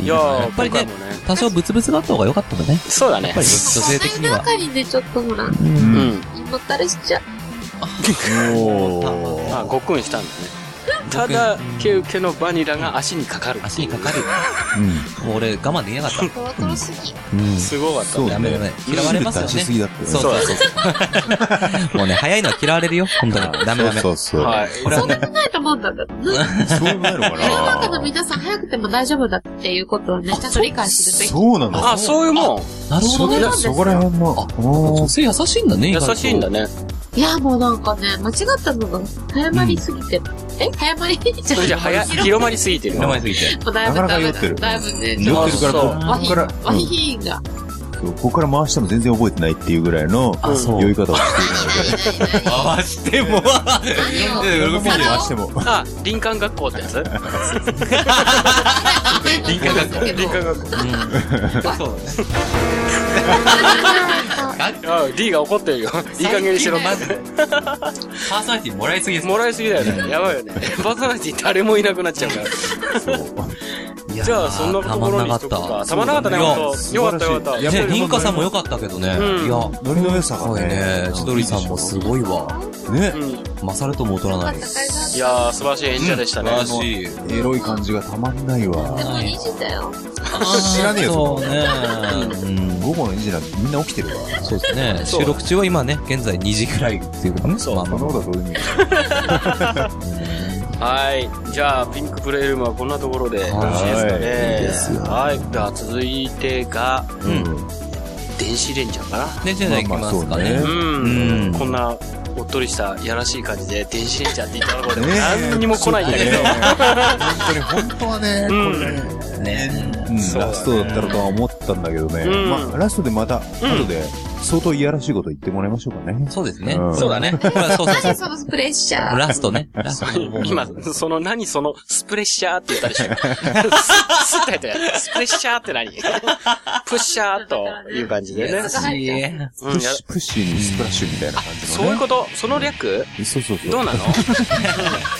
C: いやー、
E: やっぱりね
C: 今回もね、
E: 多少ブツブツがあった方が良かったんだね。
C: そうだね
E: やっぱ。り女性的に
F: の
E: は。
F: 中にね、ちょっとほら、
C: う
D: うん
C: ん。
F: もったれしちゃう。
D: お
C: あ、
D: ー
C: ごっくんしたんだね。ただ、ケウケのバニラが足にかかる。
E: 足にかかる。
D: うん
E: もう俺我慢できな
C: (laughs)
E: かった。
F: トロトロすぎ。
D: うん。
C: すごかった
D: そう
E: やめろね。嫌われますよね。
D: 出しすぎだって
E: そうそうそうそう。もうね、早いのは嫌われるよ。本当に。ダメダメ。
D: そうそうそう。
C: はい。
E: これはね、
F: ないと思うんだけど。
D: そうなるか
F: 世の中の
D: な
F: 皆さん早くても大丈夫だっていうことはね、ちゃんと理解するべき。
D: そうなの
C: あ、そういうもん。
E: なるほどね。
D: そこら辺も。
E: 女性優しいんだね、意
C: 優
E: 外と
C: しいんだ。ね。
F: いや、もうなんかね、間違ったのが早まりすぎてる。え早まりじ
C: それじゃ、は
F: (laughs)
C: や、広まりすぎてる
E: 名
C: の。
E: 前すぎて。
F: もうだいぶ
D: なかなか酔
F: ダメ
D: って
F: だ。
D: る
F: だいぶね、ち
D: 酔
F: ょっ
D: ってるから、
C: そう
F: と、
D: こ
F: ワ
D: こ
F: ヒ
D: か
F: ン、
D: ら、
F: ワヒンが。
D: そうここから回しても全然覚えてないっていうぐらいの
C: あそう
D: 酔い方をして
E: 回しても。
D: いるので、
E: 何を
D: 動きに回しても。
C: あ、林間学校ってやつ
E: 林間学校
C: 林間学校。
E: そう
C: あ、D が怒ってるよ。いい加減にしろ。
E: マジでパーソナリティもらいすぎです。
C: もらいすぎだよね。やばいよね。パーソナリティ誰もいなくなっちゃうから。
E: いやー
C: じゃあ、そんなところにしとくか。たまらなかったね、ほんと。よかったよかった。
E: いやね、リンカさんも良かったけどね。いや、
C: うん
E: す
D: ノリの良さ
E: ご
D: が
E: いね
D: ね。。
E: 千鳥さんもすごいわ。
D: ね
C: う。ん。
E: 勝るとも劣らないで
F: 高
E: す。
C: い
F: いな。
C: やー、素晴らしい演者でしたね。
E: 素晴らしい。
D: エロい感じがたまんないわ
F: で。も2時だよ。
D: 知らねえよ
E: そ
D: そうこ
E: ね。うん
D: 午後の2時なんてみんな起きてるわ。
E: そうですね。
C: そう
E: 収録中は今ね、現在2時ぐらいっていうかね。そう。ま
D: そ
E: あま
D: ん
E: あ
D: なことはどうでもいい。
C: はい。じゃあ、ピンクプレイルームはこんなところでよろしいですかね。
D: はいいいですよ
C: はい。では、続いてが、
E: うん
C: 電子レンジャーかな。
E: ね、じゃあ行きま
D: まあ
E: すか
D: まあそう
E: ね
D: ね。
C: うん。
E: うん
C: こんな、おっとりした、やらしい感じで、電子レンジャーって言ったところでも、
D: ねえ
C: 何にも来ないんだけど。
D: 本当はね、
C: うん
D: これね
E: ね。
D: うん
C: そうだね
D: ラストだったらとは思ったんだけどね、
C: うん
D: まあ、ラストでまた、後で、相当いやらしいこと言ってもらいましょうかね。
E: そうですね
D: う。ん
E: そうだね。ほらそうそうそ
F: 何
E: う。
F: そのプレッシャー。
E: ラストね。ラスト。
C: 今、その何その、スプレッシャーって言ったでしょ。ススッて入ったやつ。スプレッシャーって何プッシャーという感じでね
E: 優。しい。
C: う
D: プ
C: ん
D: ッ
C: や
D: シュ、プッシュにスプラッシュみたいな感じの
C: そう
D: ね。
C: いうことその略
D: そうそうそう。
C: どうなの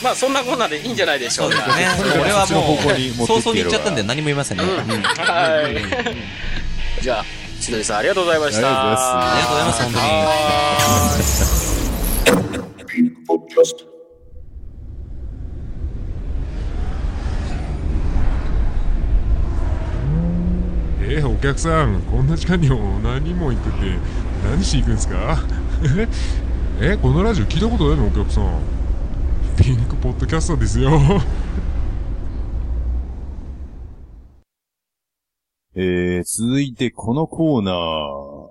C: まあ、そんなこんなでいいんじゃないでし
E: そ
C: ょ
E: う
C: う
E: です
C: か。
E: ね。
D: うん
E: 俺は
D: そっ
E: も
D: ちの方向に持
E: う、
D: って
E: 早
D: いけ
E: 々に
D: れ
E: 行
D: ば
E: っちゃったんで何も言いませんね。うん
C: はい。じゃあ、千鳥さんありがとうございました。
E: ありがとうございます、本当に。
H: えーお客さんこんな時間にも何人も行くって何しに行くんですかえこのラジオ聞いたことないのお客さんピンクポッドキャストですよ
D: えー、続いてこのコーナー。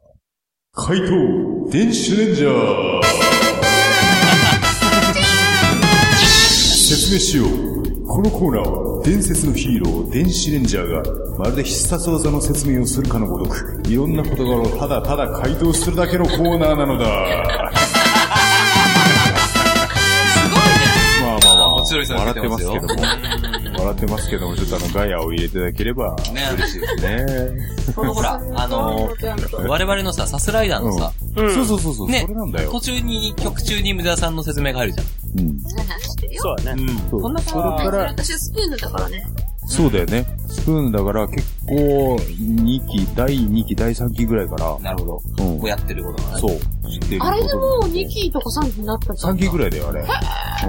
D: 怪盗電子レンジャー
E: (laughs)
D: 説明しよう。このコーナーは、伝説のヒーロー、電子レンジャーが、まるで必殺技の説明をするかのごとく、いろんな事柄をただただ回答するだけのコーナーなのだ。すごいね。まあまあまあ、
E: 面白い人が
D: 笑
E: 出
D: ってて
E: ま
D: ますす
E: よ
D: けども。笑ってますけども、ちょっとあの、ガヤを入れていただければ、
E: ね
D: 嬉しいですね。
E: このほら、あのー、我々のさ、サスライダーのさ、
C: うん
D: そうそうそうそう、
E: ね
D: それなんだよ
E: 途。中に、曲中に無駄さんの説明が入るじゃん。
D: うん。
C: そうだね。
D: そう
E: こんな
D: それから、
F: 私はスプーンだからね。
D: そうだよね。スプーンだから結構、2期、第2期、第3期ぐらいから、
E: なるほど。
D: うん
E: こう。やってることがね。
D: そう。知ってる
F: あれでもう2期とか3期になったじゃん。
D: 3期ぐらいだよ、あれ。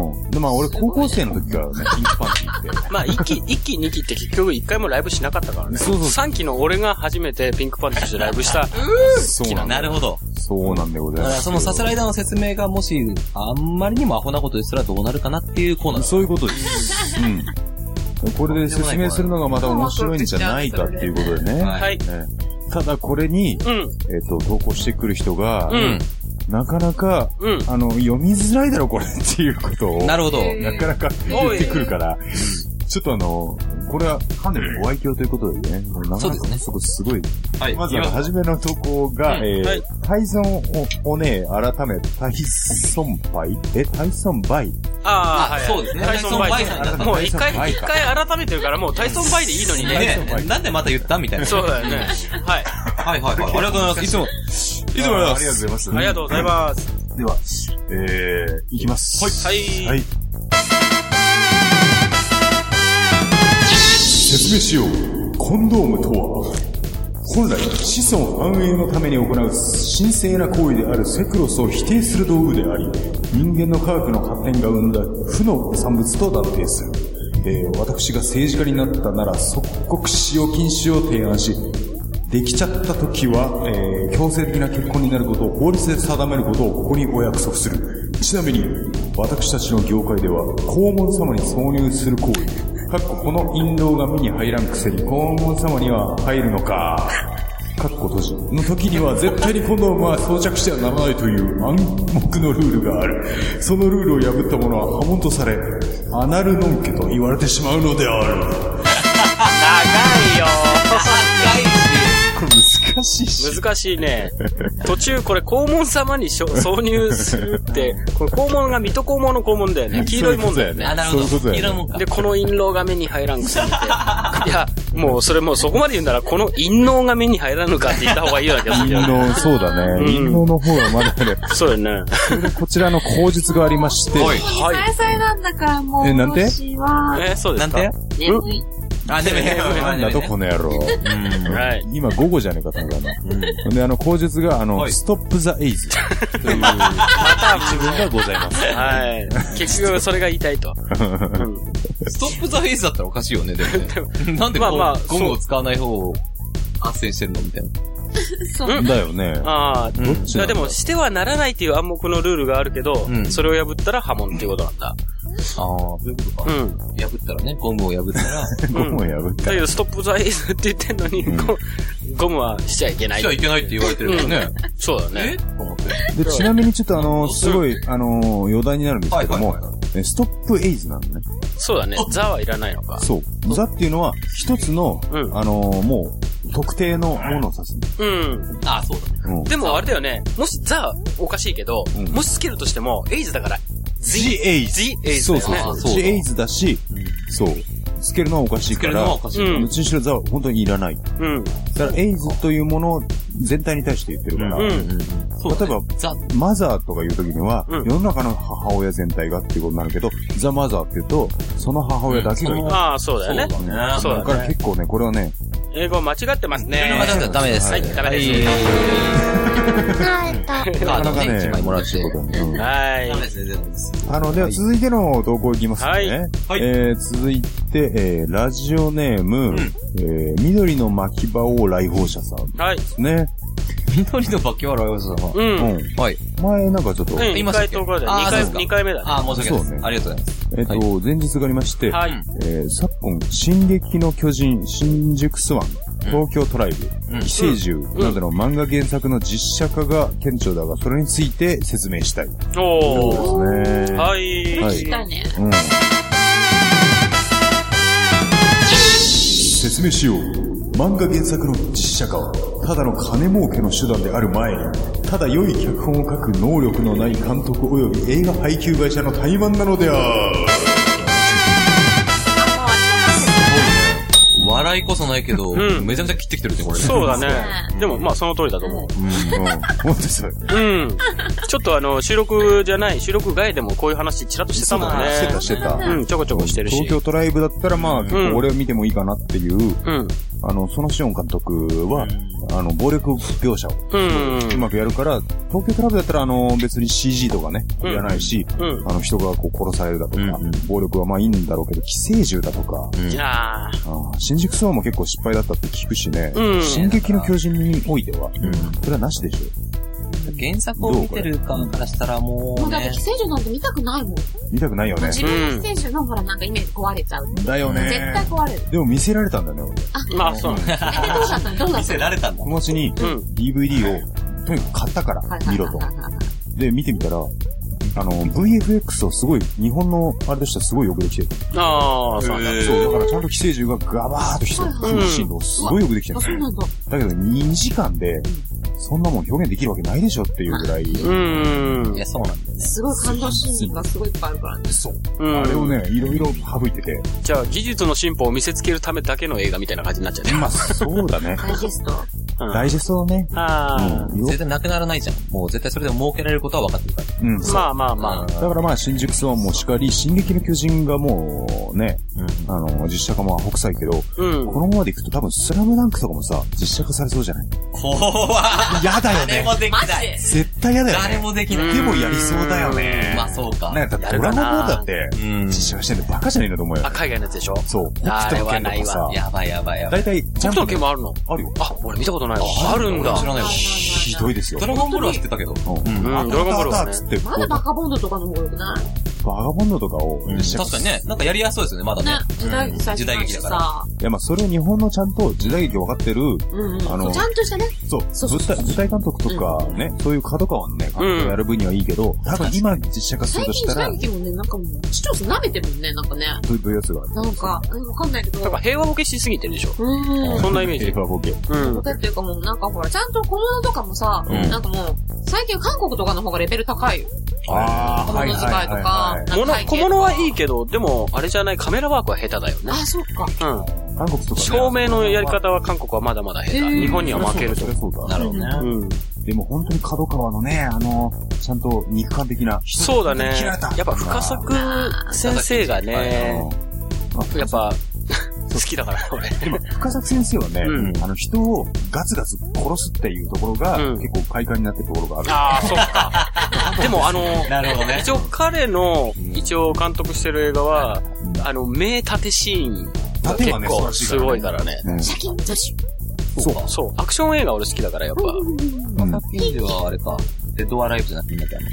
D: うん。で、まあ俺高校生の時からね、ピンクパンチって。
C: まあ、一期、一期、二期って結局一回もライブしなかったからね。
D: そうそう
C: 三期の俺が初めてピンクパンチとしてライブした。
D: そう
E: な
D: なんだ
E: る
D: よ。
E: ほど。
D: そうなんでござ
E: だ
D: い
E: か
D: ま
E: ら
D: す。
E: そのサスライダーの説明がもし、あんまりにもアホなことしたらどうなるかなっていうコーナーです。
D: そういうことです。うん。これで説明するのがまた面白いんじゃないかっていうことでね。
E: は
C: はい。
D: ええただこれに、
C: うん。
D: えっ、と、投稿してくる人が、
C: うん。
D: なかなか、
C: うん。
D: あの、読みづらいだろ、これっていうことを、
E: なるほど。
A: え
D: なかなか言ってくるから、ちょっとあの、これはかなりのご愛嬌ということでね、なか
E: そう
D: な
E: で
D: か
E: すね
D: そこすごい。
E: はい。
D: まず
E: 今
D: は、初めの投稿が、
C: うん
D: えー
C: はい
D: タイソンををね、改め、タイソンパイえ、タイソンバイ
C: ああ、はい。
E: そうですね
C: タイソンバイさ
E: タイソン
C: ん
E: バイさん
C: もう一
D: タイソンバ
C: 回、
D: イ
C: 一
D: か
C: 回改めてるから、もうタイソンバイでいいのにね。
E: ね、なんでまた言ったみたいな。
C: そうだよね。はい。
E: はいはいはい。ありがとうございます。いつも、
D: いつもありがとうございます。
C: ありがとうございます。
D: では、えー、いきます。
C: はい
D: はい。説明しよう。コンドームとは、本来、子孫繁栄のために行う神聖な行為であるセクロスを否定する道具であり、人間の科学の発展が生んだ負の産物と断定する。えー私が政治家になったなら即刻使用禁止を提案し、できちゃった時は、えー強制的な結婚になることを法律で定めることをここにお約束する。ちなみに、私たちの業界では、肛門様に挿入する行為。かっここの陰道が目に入らんくせに、肛門様には入るのか。かっこ閉じ。の時には絶対にコンドームは装着してはならないという暗黙のルールがある。そのルールを破った者は破門とされ、アナルノンケと言われてしまうのである。
C: 長いよ
D: これ難しいし。
C: 難しいね。途中これ肛門様にし (laughs) ょ挿入するって、これ肛門が水戸黄門の肛門だよね。 (laughs) 黄色いもんだよね。
E: あ、なるほど。
D: そういうことだよね
E: いろんなもんか。
C: で、この陰謀が目に入らんくせにって。 (laughs) いや、もうそれもうそこまで言うんなら、この陰謀が目に入らぬかって言った方がいいような気がするけ
D: 陰
C: どね。
D: 謀、そうだね。
C: うん
D: 陰謀の方がまだね。 (laughs)
C: そうよね。
D: それでこちらの口述がありまして、
F: もうさえさえなんだからもう。
D: えなんで
F: 私は、
C: え、そうで
E: な
C: す
E: ん
C: か
E: て
F: 眠い。
E: あ、でも、
D: なんだとこの野郎。
C: はい。
D: 今午後じゃねえか、多分な。ほんで、あの、口述が、あの、
E: はい
D: ストップザエイ
C: (laughs)
D: ズという一文がございます。
C: はい。結局それが言いたいと。
E: ストップザフェイスだったらおかしいよね、でも
C: (laughs)
E: ね。なんで
C: まあまあ
E: こうゴムを使わない方を斡旋してんのみたいな。
F: そう。
D: だよね。
C: ああ、
E: うん
D: どっち
C: いや
D: なん
C: で
D: だ
C: も、してはならないっていう暗黙のルールがあるけど、
E: うん
C: それを破ったら破門っていうことなんだ。
E: ああ、そういうこと
C: う
E: か。
C: ん。
E: 破ったらね、ゴムを破った (laughs) ら、
D: ゴムを破った
C: だけど、ストップザイズって言ってんのに、ゴゴムはしちゃいけない
E: しち。ゃいけないって言われてるからね。
C: そうだ
E: え
C: ね。
E: と思って。
D: で、ちなみにちょっとあの、すごい、あの、余談になるんですけども
E: はいはいは、
D: えストップエイズなのね。
C: そうだね。ザはいらないのか。
D: そう。ザっていうのは、一つの、
C: うん
D: あの、もう、特定のものを指すの。
C: うん。
E: ああ、そうだね。
D: うん
C: でも、あれだよね。もしザおかしいけど、
D: うん
C: もしつけるとしても、エイズだから、
D: ジエイズ。
C: ジエイズ
D: そ
C: だ
D: う
C: よ
D: そう
C: ね。
E: あ
D: そ
E: ー
D: う。
E: そうだ
D: ジエイズだし、そう。つけるのはおかしい
E: つけ
D: か
E: るのは
D: ら
E: お、かしい。
C: うん
D: うちにしろザは本当にいらない。
C: うん。
D: だから、エイズというもの全体に対して言ってるから、
C: うん。
E: そうだね
D: 例えば
E: ザ、
D: マザーとかいう時には、
C: うん
D: 世の中の母親全体がっていうことになるけど、ザ・マザーって言うと、その母親だけがいる。
C: ああ、そうだよね。
E: そうだね
C: そうだね
D: から結構ね、これはね、
C: 英語間違ってますね。
E: 間違ってダメです
C: はい、ダメです。
D: な
E: カ
F: 疲れた。
D: か
E: ード
D: なか
E: ね、
D: ね、
E: 一枚もらっ
D: 難しい
E: て
D: こ。とにうん
C: はい。
E: ダメですね、全部です。
D: あの、では続いての投稿いきますね。
C: はい
E: はい
D: えー、続いて、えー、ラジオネーム、えー、緑の巻き場を来訪者さんで
C: はい。
D: すね。
E: 緑のバッキワライオさんは。
C: う。
D: うんん。
E: はい。
D: 前なんかちょっと、
C: うん、
E: いま
C: 2
E: したっ
C: 回
E: け
C: 投稿だよ。
E: あ
C: 2
E: ーそうで
C: 回、
E: すか
C: 二回目だ。
E: ああ、申し訳ない
D: そう
E: で
D: ね
E: す。ありがとうございます。
D: えっ、と、前日がありまして、
C: はい。
D: えー昨今、進撃の巨人、新宿スワン、東京トライブ、
E: うん
D: 寄生獣などの漫画原作の実写化が顕著だが、それについて説明したい。で
C: お
D: すね。
C: ー。はい。
D: は
F: はいい。来たね。
D: うん。説明しよう。漫画原作の実写化は、ただの金儲けの手段である前に、ただ良い脚本を書く能力のない監督及び映画配給会社の怠慢なのである。
E: 笑いこそないけど、
C: ん
E: めちゃめちゃ切ってきてるって、これね。
C: そうだね。でも、まあ、その通りだと思う。
D: うん、 (laughs) 本当それ。
C: うん。ちょっとあの、収録じゃない、収録外でもこういう話ちらっとしてたもんね。
D: してたしてた。
C: うん、ちょこちょこしてるし。
D: 東京トライブだったら、まあ、結構俺を見てもいいかなっていう、
C: うん。
D: あの、そのシオン監督は、あの、暴力描写を
C: うん。
D: うまくやるから、東京トライブだったら、あの、別に CG とかね、
C: うん
D: いらないし、
C: うん。
D: あの、人がこう殺されるだとか、
E: うんうん
D: 暴力はまあいいんだろうけど、寄生獣だとか、
C: じゃあ、
D: あー新宿スワンも結構失敗だったって聞くしね、
C: うん
D: 進撃の巨人においては、
E: うん
D: それはなしでしょ。
E: 原作を見てる側からしたらも
F: も
E: う
F: うだって
E: ね
F: 寄、生獣なんて見たくないもん。
D: 見たくないよね。
F: 自分の寄生獣のほらなんかイメージ壊れちゃう。絶
D: だよね。
F: 対壊れる。
D: でも見せられたんだね、俺
C: まあ、そうなんです。
F: え、でどうだったのどうだ
E: 見
F: った
E: せ
F: の
E: られたんだ。
D: 友達に
C: うん
D: DVD をとにかく買ったから
F: はいは
D: 見
F: い
D: ろと
F: は。いはいはい
D: で、見てみたら、あの、VFX をすごい、日本のあれとしてはすごいよくできてる。
C: ああ、そうなんだ。
D: そう、だからちゃんと寄生獣がガバーっとしてる
C: いはい
D: 空気振動すごいよくできてる
F: あ、そうなんだ。
D: だけど2時間で、そんなもん表現できるわけないでしょっていうぐらい、
C: うん
E: い。や、そうなんだよね。
F: すごい感動シーンがすごいいっぱいあるからね。
D: そう。
C: うん
D: あれをね、いろいろ省いてて。
C: じゃあ、技術の進歩を見せつけるためだけの映画みたいな感じになっちゃうね。
D: まあ、そうだね。
F: ダイジェスト。
C: うん
D: ダイジェストをね。
C: あ
D: うん、よ
E: 絶対なくならないじゃん。もう絶対それでも儲けられることは分かってるから。
D: うん。
C: あ。まあまあまあ。
D: だからまあ、新宿さんもしかり、進撃の巨人がもうね、
E: うん
D: あの、実写化も北斎けど、
C: うん。
D: このままでいくと多分スラムダンクとかもさ、実写化されそうじゃない
E: 怖っ
D: やだよね。
E: 誰もできない。
D: 絶対やだよね。
E: 誰もできない。
D: でもやりそうだよね。
E: まあそうか。
D: なんかだって
C: や
D: ドラ
C: るか
D: ゴンボ
C: な
D: ールだって、
E: うん
D: 実写化してんのバカじゃねえんだと思うよ
C: あ、。海外のやつでしょ
D: そう。
C: あれはないわ
D: さ
E: やばいやばいやばい。
D: 大体、ジ
C: 北
D: ャン
C: 斗の
D: プ
C: 拳
D: の
C: もあるの
D: あるよ。
C: あ、俺見たことないわ。あるんだ
E: 俺。知らないわ。
D: ひどいですよ。
E: ドラゴンボールは知ってたけど。
D: うん
E: うん
D: あ
C: うんドラゴンボールはね
D: あったあったっつって、こ
F: まだ
D: う
F: バ
D: バ
F: カボンドとかの方が良くない
D: ガボンドとかを実写化
E: 確かにね、なんかやりやすそうですよね、まだね
F: ね。、時代劇最初だしさ。
D: いや、まあ、それを日本のちゃんと時代劇分かってる、
F: うんうん。
D: あの
F: ちゃんとしたね。
D: そう、
F: そうそう
D: 舞台、舞台監督とかね、そういう角川のね、監督がやる分にはいいけど、多分今実写化する
F: 最
D: とした
F: 近時
D: ら
F: 代、劇もね、なんかもう、視聴者舐めてるもんね、なんかね。
D: どういうやつがある
F: なんか、うんわかんないけど。
C: なんか平和ボケしすぎてるでしょ。
F: うーん。
C: そんなイメー
D: 映
C: ジ。
D: 画ボケ。
C: うん。
F: だっていうかもう、なんかほら、ちゃんと小物とかもさ、
E: うん
F: なんかもう、最近韓国とかの方がレベル高いよ。
D: あ
F: 小物使いとか、なん
C: 物
F: か背景と
C: 小
F: か
C: 物はいいけど、でも、あれじゃない、カメラワークは下手だよね。
F: あ、そっか。
C: うん。
D: い。韓国とかね。
C: 照明のやり方は韓国はまだまだ下手。
F: へー
C: 日本には負けると
D: そ。りゃそうだ。
E: なるほどね。
C: うん。
D: でも本当に角川のね、あの、ちゃんと肉感的な。
C: そうだね
D: 切られた。
C: やっぱ深作先生がね、やっぱ、 (laughs) 好きだからね、俺。
D: でも、深作先生はね、
C: うん
D: あの、人をガツガツ殺すっていうところが、
C: うん
D: 結構快感になってるところがある。
C: ああ、そうか。 (laughs) でもあの、
E: なるほ (laughs) どね
C: 一。応彼の、一応監督してる映画は、あの、名盾シーンが
D: 盾
C: 結
D: はね
C: 構すごいからね。
D: うん
F: シャキン、シャキン。
D: そうか。
C: そう、アクション映画俺好きだから、やっ
D: うん
E: 作品ではあれか、デッドアライブじゃなくていいんだっけど。
C: ぱ。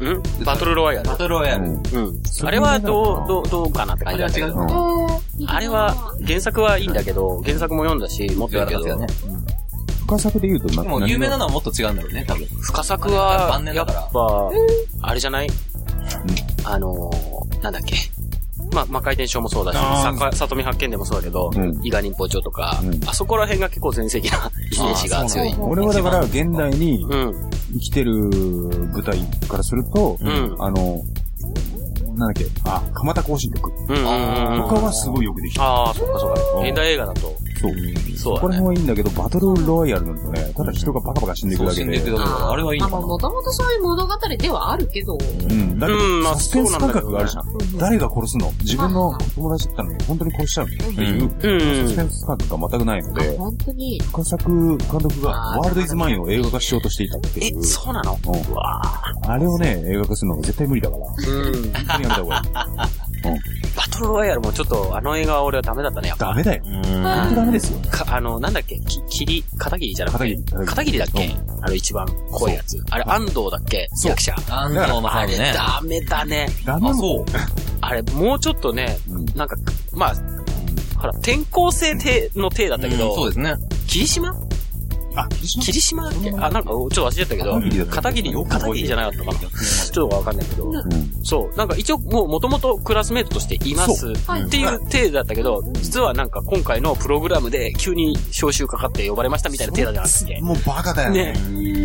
C: うん (laughs) バトルロワイヤル
E: バ。トルロイヤ
D: う
E: ル。
D: ん
C: うん。
D: そ
C: あ
D: れ
C: れ
D: も
C: は
D: ねなん
C: ど
D: か
C: う、どう、どうかなって感じだけど。
D: うん
C: あれは、原作はいいんだけど、原作も読んだし、持って
E: 言わ
C: るけ
E: なかったよ
C: ど
E: ね、。
D: 深作で言うとな、
E: でも有名な
D: の
E: のはもっと違うんだろうね、多分。
C: 深作
E: あ
C: は
E: れ晩、年
C: や
E: だ
C: っ
E: から
C: ぱ、あれじゃないあのー、なんだっけ。まあ、魔界転生もそうだし、
D: あー
C: さ里見発見でもそうだけど
D: うん、
C: 伊賀忍法帳とか
D: うん、
C: あそこら辺が結構全盛期なイメージが強い。
D: 俺はだから、現代に
C: うん。
D: 生きてる舞台からすると、
C: うん
D: あの、なんだっけ、あ、蒲田行進曲
C: う
D: と
C: んうんうん
D: か
C: うん。
D: はすごいよくできてる。
C: ああ、そっかそっか。
D: うん
C: 現代映画だと。
D: そう。
C: そう
D: こ
C: だ
D: れ
C: ね。
D: もいいんだけど、バトルロイヤルなんだね、ただ人がバカバカ死んでいく
E: そう
D: だ
E: 死
D: け
E: んでい
D: で
E: く。だけだから、あれはいい
F: ま
E: のか
F: あまあ、もともとそういう物語ではあるけど、
D: うん。だけ
C: うんまあ
D: ど、サスペンス感覚があるじゃん。
F: うん
D: 誰が殺すの自分の友達だったのに、本当に殺しちゃうのってい
C: う
D: う、
C: ん
D: サスペンス感覚が全くないので、
F: 本当に、
D: 深作監督がワールドイズマインを映画化しようとしていたって
C: え
D: い、う。
C: そうなの
D: うん
C: うわ
D: あれをね、映画化するのが絶対無理だから、本
C: うん。
D: 当にやめた方がいい。
C: バトルロワイヤルもちょっと、あの映画は俺はダメだったね、やっぱ。
D: ダメだよ。
E: な。
D: 本当ダメですよ。
C: かあの、なんだっけき霧片桐じゃなく
D: 片
C: て
D: 桐。
C: 片桐だっけあの一番濃いやつ。あれ、安藤だっけ
D: そう
C: 役者。
E: 安藤の
C: あ
E: さ
C: れ、
E: ね。
C: ダメだね。
D: ダメ
E: あ、
D: も
E: そう。
C: あれ、もうちょっとね、
D: うん
C: なんか、まあ、ほら、転校生ての体だったけ
E: そう
C: ど、
E: ですね。
C: 霧島
D: あ、霧島
C: 霧島だっけあ、なんか、ちょっと忘れちゃったけど
D: 片桐だっ、た
C: 片桐、片桐じゃなかったかな。ちょっとわかんないけど、
D: うん。
C: そう。なんか一応、もう元々クラスメイトとしていますっていう体だったけど、実はなんか今回のプログラムで急に招集かかって呼ばれましたみたいな体だじゃなくて。
D: もうバカだよね。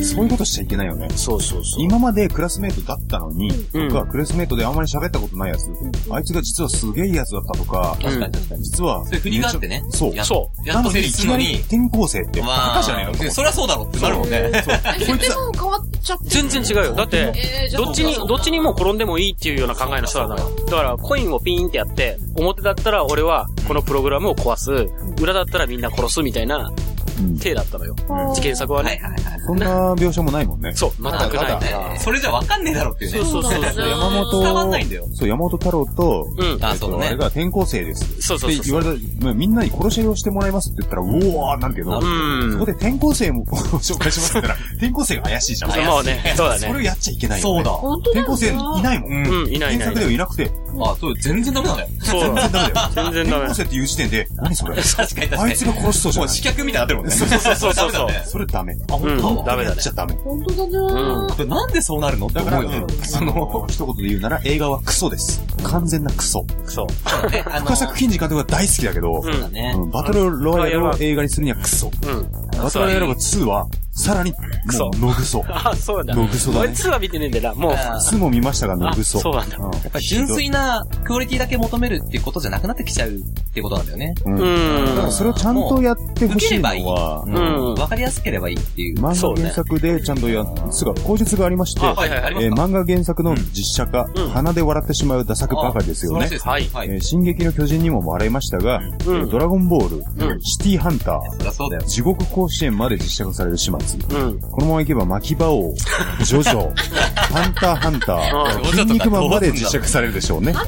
D: そういうことしちゃいけないよね。
C: そうそうそう。
D: 今までクラスメイトだったのに、
C: うん
D: 僕はクラスメイトであんまり喋ったことないやつ、あいつが実はすげえいいやつだったとか、
E: 確かに確かに。
D: 実は、
E: そういう振りがあってね。
D: そう。
E: やっ
C: そ
E: やっと成立したの
D: いきなり
E: に。
D: 転校生ってバカじゃねえのと思って
E: そりゃそうだろってなるもんね。
F: それでもう変わっち
C: (laughs)
F: ゃってる。
C: 全然違うよ。だって、
F: えーじゃあ
C: どっちに
F: そう、か
C: どっちにも転んでもいいっていうような考えの人なのよ。だから、コインをピーンってやって、表だったら俺はこのプログラムを壊す、裏だったらみんな殺すみたいな
D: うん
C: 体だったのよ。検索は
E: はい
C: ね。
E: はいはい。
D: そんな描写もないもんね。
C: そう、全
E: まだ
C: く
E: ま
C: ない
E: だ
C: ね。
E: ね。それじゃわかんねえだろっていうね。
C: そうそうそう
A: そう
D: 山本、
E: 伝わんないんだよ
D: そう、山本太郎と、
C: うん。
E: あ、
D: えっ
E: そう
D: とあ
E: だ
D: れ
E: ね。
D: が転校生です。
C: そうそう
D: っ
C: そ
D: て
C: う
D: 言
C: そう。
D: われた、まあみんなに殺し合いをしてもらいますって言ったら、うおーなんだけど、
C: うん
D: そこで転校生も (laughs) 紹介しますって言ったら、転校生が怪しいじゃん。
C: そうまあね、そうだ
D: それを
C: ね。
D: やっちゃいけないよ、
E: そう
D: ね。
E: だ。
F: 本当だ
D: 転校生いないもん。
C: んいないいない
D: 検索ではいなくて、
E: あ、そう、全然ダメなんだよ。
C: そうだ。
D: ダメだよ。
C: 全然ダメ
D: 転校生っていう時点で、何それ
E: (laughs) 確かに確か
D: あ
E: に。
D: いつが殺しそうじ
E: も
D: ゃ
E: う
D: ない
E: 死客みたいになってるもんね。そう
C: そうそうそうそう
D: それダメ。
E: あ、本当
C: うんダ
E: だわ。
C: メだね
D: やっちゃダメ。
F: 本当だな
E: これなんでそうなるのって
D: だから、
E: 思う
D: う
E: よね。
D: んその、一言で言うなら映画はクソです。完全なクソ。
C: そう。
E: ねあ
D: 深作金次監督は大好きだけど、
C: うん
E: だね
D: う。んバトルロワイヤルを映画にするにはクソ。
C: うん。
D: バトルロワイヤル2は、さらに、も
C: ソ
D: う、ノグソ。
C: あ、そうだ。
D: ノグソだ
C: 俺
D: ね。
C: 2は見てねえんだよな。もう、
E: あ
D: 2も見ましたが、ノグソ。
C: あそうなんだ
D: やっ
E: やっぱり純粋なクオリティだけ求めるっていうことじゃなくなってきちゃうってことなんだよね。
D: うん。だか
C: う
D: らそれをちゃんとやってほ
E: 受け
D: し
E: れ
D: いの
E: ばいい。
D: は、
E: う
C: うん
E: ん。わかりやすければいいっていう。
D: 漫
C: そう
D: 画
C: ね
D: 原作でちゃんとや、すが、口述がありまして、
C: あはいはいありま
D: えー
C: す
D: 漫画原作の実写化、
C: うん
D: 鼻で笑ってしまうダサくばかりですよね。
E: 素晴らしいですね。は
D: え
E: い。
D: ー進撃の巨人にも笑いましたが、えードラゴンボール、
C: うん
D: シティハンター、
E: そりゃそうだよ。
D: 地獄甲子園まで実写化される始末。
C: うん。
D: このままいけば、巻き
C: (laughs)
D: 場王、ジョジョ、ハンターハンタ
E: あ
D: ー、筋肉マンまで実写されるでしょうね。
A: ハン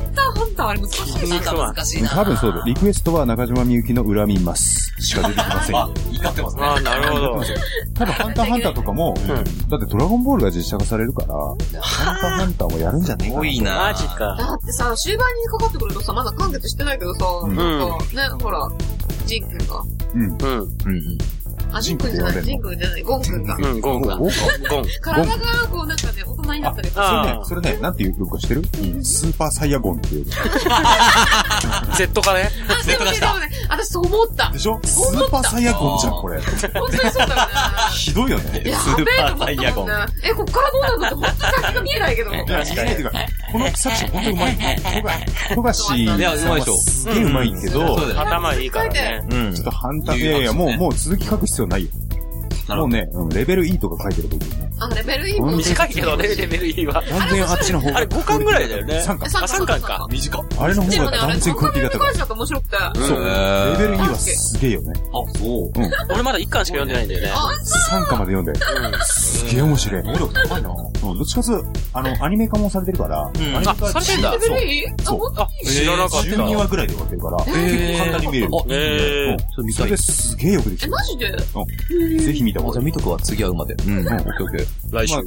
A: ターありますか
C: 筋
E: なん
C: 肉マ
E: か
C: ン。
E: 難しいな。
D: 多分そうだ。リクエストは中島みゆきの恨みます。しか出てきません
E: あ
D: よ。、
E: 怒ってますね。
C: あ、なるほど。
D: 多分、ハンターハンターとかも、だってドラゴンボールが実写化されるから、ハンターハンターもやるんじゃねえ
E: す
D: か
E: ごいな。
C: マジ。か。
A: だってさ、終盤にかかってくるとさ、まだ完結してないけどさ、
D: ん
A: なんか、ね、ほら、ジンくんが。
D: うん。
C: うん。
E: うんうん。
A: あ、ジンくんじゃない、ジンくんじゃない、ゴンくんが
C: う。ん、ゴンが。
D: ゴ
C: ゴ
D: ン
C: ン。
A: 体が、こうなんかね、大人になったりと
D: そ
A: か。
D: れね
C: あ、ー
D: それね、なんていう曲か知ってるスーパーサイヤゴンっていう。
C: Z 化ね。
A: あ、でもね、でもね、私そう思った
D: で。しょスーパーサイヤゴンじゃん、これ。
A: 本当にそうだよね。
D: ひどいよね。
A: いや
E: スーパーサイヤゴン
A: やべえと思ったもんねえ、こっからどうなるのって、本当に先が見えないけど。
D: いや、言えないっていうか、この作者本当にうまい。富樫さん
E: いやうまい
D: は
E: でしょ
D: すげえうまいけど、
E: そうだよね。
C: 頭いいからね。
E: うん
D: ちょっと反
E: う
D: 対。
E: ん
D: いやいや、
E: 理由
D: も
E: があ
D: う、
E: るんですね
D: もう続き書く必要ないよ。もうね、うんレベル E とか書いてるといいよね。
A: あ、レベルいいもんね。
C: 短いけどね、レベル E は。
D: 完全あっちの方
C: あれ五巻ぐらいだよね
D: 3巻。
A: 三
C: あ、3巻か。
E: 短っ。
D: あれの
A: で
D: 方が
A: もね、あれ、
D: 断然クオリティが高
A: 高
D: い
A: い。だと面白くて。あ、
E: ん
D: そう。
E: へ
D: レ
E: ー
D: ベル E はすげえよね。
E: あ、そう。
D: うん。
C: 俺まだ1巻しか読んでないんだよね。
D: 3巻まで読んで。すげえ面白い。
E: 能力高いな。
D: うんどっちかというと、あの、アニメ化もされてるから、
E: ん
D: アニメ化
C: あされてんだ
A: レベルいいあ、
D: そう
A: 本
C: あ、知らなかった。
D: 12話ぐらいで終わってるから、
C: えー
D: 結構簡単に見れる。
E: あ
C: え
D: うんそれですげえよくできて
A: 当え、
D: る。
A: マジで
D: うんぜひ見た方
E: じゃ
D: がい
E: あ
D: い。
E: 見とくわ、次は馬で。うん、オッケーオッケ
C: ー、
E: ー。
C: 来週。
E: 来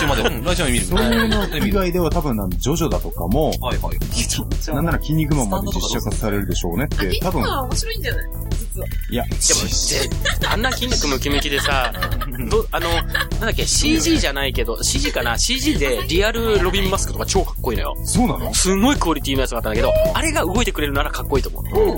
E: 週まで、うん、来週まで見る。
D: そういうの以
E: は
D: 外では多分なん、ジョジョだとかも、
E: いはい。
D: なんなら筋肉マンまで実写化されるでしょうねっ
A: あ、
D: て
A: リ、
D: 多
A: ッ
D: 分、
A: は面白いんじゃない実は。
D: いや、
C: あんな筋肉ムキムキでさ、ど、あの、なんだっけ、CG じゃないけど、CG かな ?CG でリアルロビンマスクとか超かっこいいのよ。
D: そうなの
C: すごいクオリティのやつがあったんだけど、あれが動いてくれるならかっこいいと思う。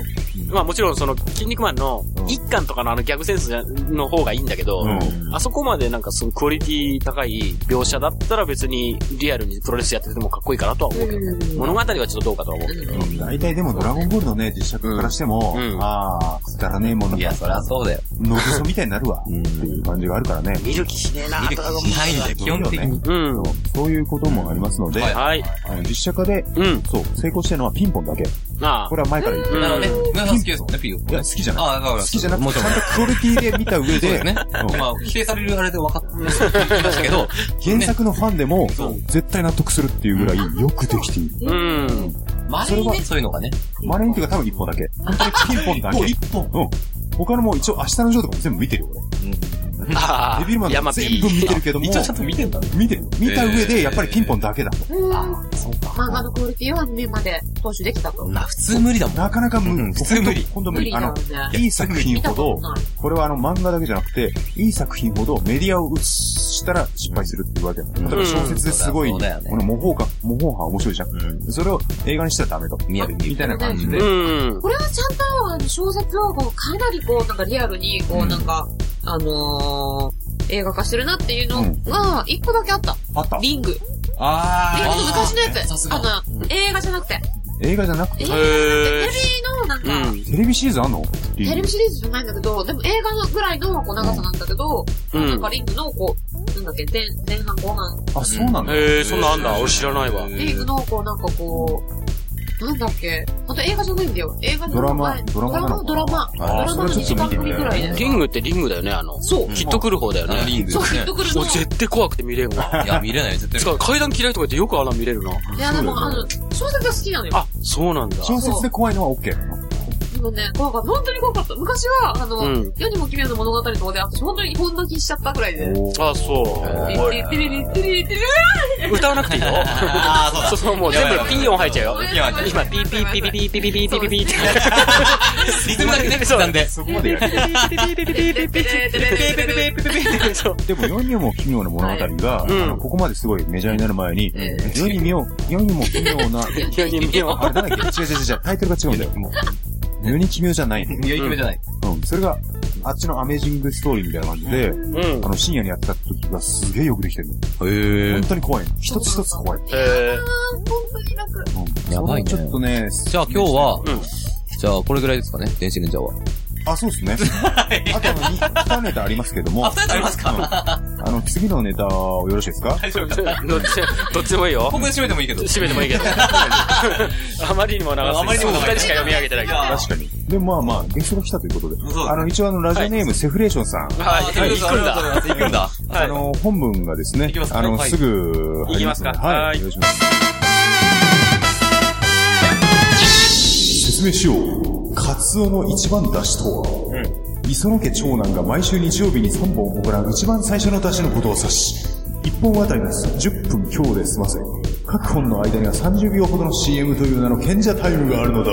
C: まあもちろんその、筋肉マンの一巻とかのあのギャグセンスじゃの方がいいんだけど、
D: うん
C: あそこまでなんかそのクオリティ高い描写だったら別にリアルにプロレスやっててもかっこいいかなとは思うけどね。物語はちょっとどうかとは思うけど。
D: 大体でもドラゴンボールのね、実写化からしても、
C: うん
D: ああ、くだらねえもの
E: い
D: だ
E: や、そりゃそうだよ。
D: のぐそみたいになるわ、っていう感じがあるからね。
C: 見る気しねえな
E: 見る気しないんだよ、基本的に。
C: うん。
D: そうそういうこともありますので、
E: はい
C: はい。
D: あの実写化で、
C: うん。
D: そう、成功してるのはピンポンだけ。
C: なあ
D: こ。れは前から言ってる。
E: なるほどね。皆さん好きですもんね、ピーヨ
D: いや、好きじゃない。
E: ああ、だから。
D: 好きじゃなく
E: も
D: て、ち
E: ち
D: ゃ
E: ろん
D: んと。クオリティで見た上
E: そうで
D: で、
E: すね。
D: うん
E: まあ、否定されるあれで分かってましたけど、
D: 原作のファンでも
E: そう、
D: 絶対納得するっていうぐらいよくできている。
C: うん。
E: まにね、そういうのがね。
D: マレンっていうか多分一本だけ。本当にピンポンだけ。一本うん。他のもう一応明日のジョーとかも全部見てるよ、俺。
C: あ
D: デビルマンとか全部見てるけども。
E: 一応ちゃんと見てんだね。
D: 見てるよ。見た上で、やっぱりピンポンだけだと。
A: うん。
E: そうか。
A: 漫画のクオリティはね、まで投資できたと。
E: な、普通無理だもん。
D: なかなか
E: う
D: 無
E: ん
D: 理。
E: 普通無理
D: ほんと
A: 無
D: 無
A: 理
D: 理。あ
A: だ
D: の
A: よ、ね。
D: いい作品
A: 見た
D: ほど
A: こと、ない。
D: これはあの漫画だけじゃなくて、いい作品ほどメディアを映したら失敗するっていうわけだ。例えば小説ですごい、
E: うん
D: こ
E: そうだよね
D: の模倣感、模倣犯面白いじゃん。それを映画にしたらダメと。
E: 見える
D: みたいな感じで
C: う。ん。
A: これはちゃんと、あの、小説をこう、かなりこう、なんかリアルに、こう、なんか、あのー、映画化してるなっていうのが、一個だけあった。
D: あった。
A: リング。リング
E: あ
A: の昔のや
E: さす
A: つ。
E: が
A: あの、映画じゃなくて、
D: 映画じゃなくて
A: 映、
C: へ
A: 画じゃ
C: え
A: なくて、テレビの、な
C: う
A: んか、
C: ん。
D: テレビシリーズあんのっていう
A: テレビシリーズじゃないんだけど、でも映画のぐらいの、こう、長さなんだけど、
C: うん
A: なんかリングの、こう、なんだっけ、前、前半後半、
D: あ、そうなんだ。
C: へえ、そんなんあんだ。俺知らないわ。
A: リングの、こう、なんかこう、なんだっけあと映画じゃないんだよ。映画の
D: ドラマ
A: 前
D: ドラマなの
A: ドラマ、ドラマ。
E: あー
A: ドラマの2時間組ぐらいで。
C: リングってリングだよね、あの。
A: そう。
C: きっと来る方だよ
E: あの
C: ね。
E: リング
A: そう、ヒ
E: ね
A: ット。くる
C: も
A: の
C: う。絶対怖くて見れん (laughs) わ。
E: いや、見れないよ、絶対
C: つ。か階段嫌いとか言ってよく穴見れるな。
A: いや、でも、あの、小説が好きなのよ。
C: あ、そうなんだ。
D: 小説で怖いのは OK なの
A: でもね、怖かった。本当に怖かった。昔は、あの、
C: うん
A: 世にも奇妙な物語とかで、私本当に本泣きしちゃったぐらいで。
C: あ、そう。
A: てれてれてれてれてれ
C: 歌わな (laughs) くていいよ。
E: ああ、
C: そうそう、もう全部ピー音入っちゃうよ。
E: 今ね
C: 今、ピーピーピーピーピーピーピーピーピーピーって。
E: リズムだけね、刻んで。
D: そこまでやる。
C: そう
D: でも、世にも奇妙な物語が、あ
C: いうん
D: のここまですごいメジャーになる前に、
A: え
D: 世に妙、世にも奇妙
A: (laughs)
D: な、
C: 急に見よ
D: あれなんだっけ違う違う違う、タイトルが違うんだよ。世に奇妙じゃないの。
E: いや、イケメンじゃない。
D: うん。それが、あっちのアメージングストーリーみたいな感じで、
C: う。うん
D: あ。の、深夜にやった時がすげえよくできてるの。
E: へ
D: 本当に怖いの。一つ一つ怖い。
C: えー、
A: 本当になんか、
D: うん
E: やばいね
D: それをちょっとね、
E: じゃあ今日は
C: うん、
E: じゃあこれぐらいですかね、電子レンジャーは。
D: あ、そうですね。あとあの、2ネタありますけども。
E: あ二ネタあります
D: か、あの、次のネタをよろしいですか
E: 大丈夫
C: どっち、どっちでもいいよ
E: こ。こで締めてもいいけど。
C: 閉めてもいいけど。 (laughs) あまりにも長すぎて
E: あまりにも
C: 二
E: 長い
C: 人しか読み上げてないけど。
E: あ
D: 確かに。でもまあまあ、ゲストが来たということで。
E: そうだね
D: あの、一応あの、ラジオネーム、セフレーションさん。
E: あ
C: は
E: ー
C: い、行くんだ。
E: ありがとうございます行くんだ。
D: あの、本文がですね
E: いきます、か
D: あの、
E: はい
D: すぐ、
C: いきますか
D: は。
C: はいい
D: お願いします。説明しよう。カツオの一番出汁とは、磯野家長男が毎週日曜日に3本行う一番最初の出汁のことを指し、1本あたりの10分強で済ませ、各本の間には30秒ほどの CM という名の賢者タイムがある
C: (laughs)
D: のだ。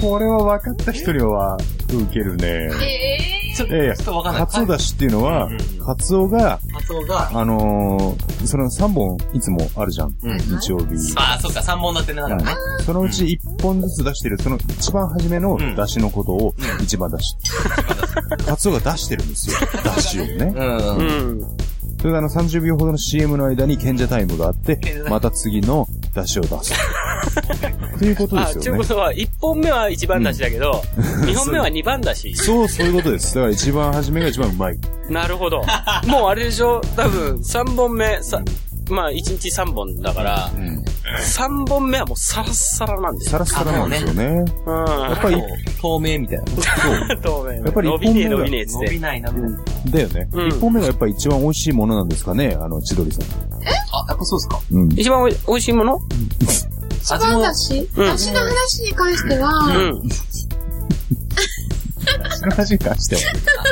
D: これは分かった人には受けるね。
E: ちょっ
D: いやいや
E: と、ちょっとわかんな
D: カ
E: い。
D: ツオだしっていうのは、カツオが、
E: カツオが、
D: あのー、その3本いつもあるじゃん。
E: うん
D: 日曜日。
E: ああ、そっか、3本立てながらね。
D: そのうち1本ずつ出してる、その一番初めの
E: ん
D: 出汁のことを一番出し。カツオが出してるんですよ。出汁をね。
E: うん。
C: うん。
D: それであの30秒ほどの CM の間に賢者タイムがあって
E: 賢者タイ、ム
D: また次の出汁を出す。ということ
C: あ、
D: です
C: とい
D: よ
C: う
D: ね
C: こ。とは、1本目は1番だしだけど、2本目は2番だし。
D: そう、そういうことです。だから一番初めが一番うまい。
C: なるほど。もうあれでしょ多分、3本目、さ、まあ、1日3本だから、3本目はもうサラッサラなんですよ。
D: サラッサラなんですよね。
C: う
D: や
C: ん
D: っ。ぱり、
E: 透明みたいな。
D: そ
C: (laughs)
D: う。
C: 透明
D: やっぱり
C: 伸びねえ
D: 一本目が
C: 伸びねえっつっ
E: 伸
C: て。
E: びないな、みたいな。
D: だよね。一、
C: うん
D: 本目がやっぱ一番美味しいものなんですかねあの、千鳥さん。
E: あ、やっぱそうですか。
D: うん。
C: 一番おい美味しいもの
F: 一番だし、
C: うん
F: 私の話に関しては、
C: うん。
D: その話に関して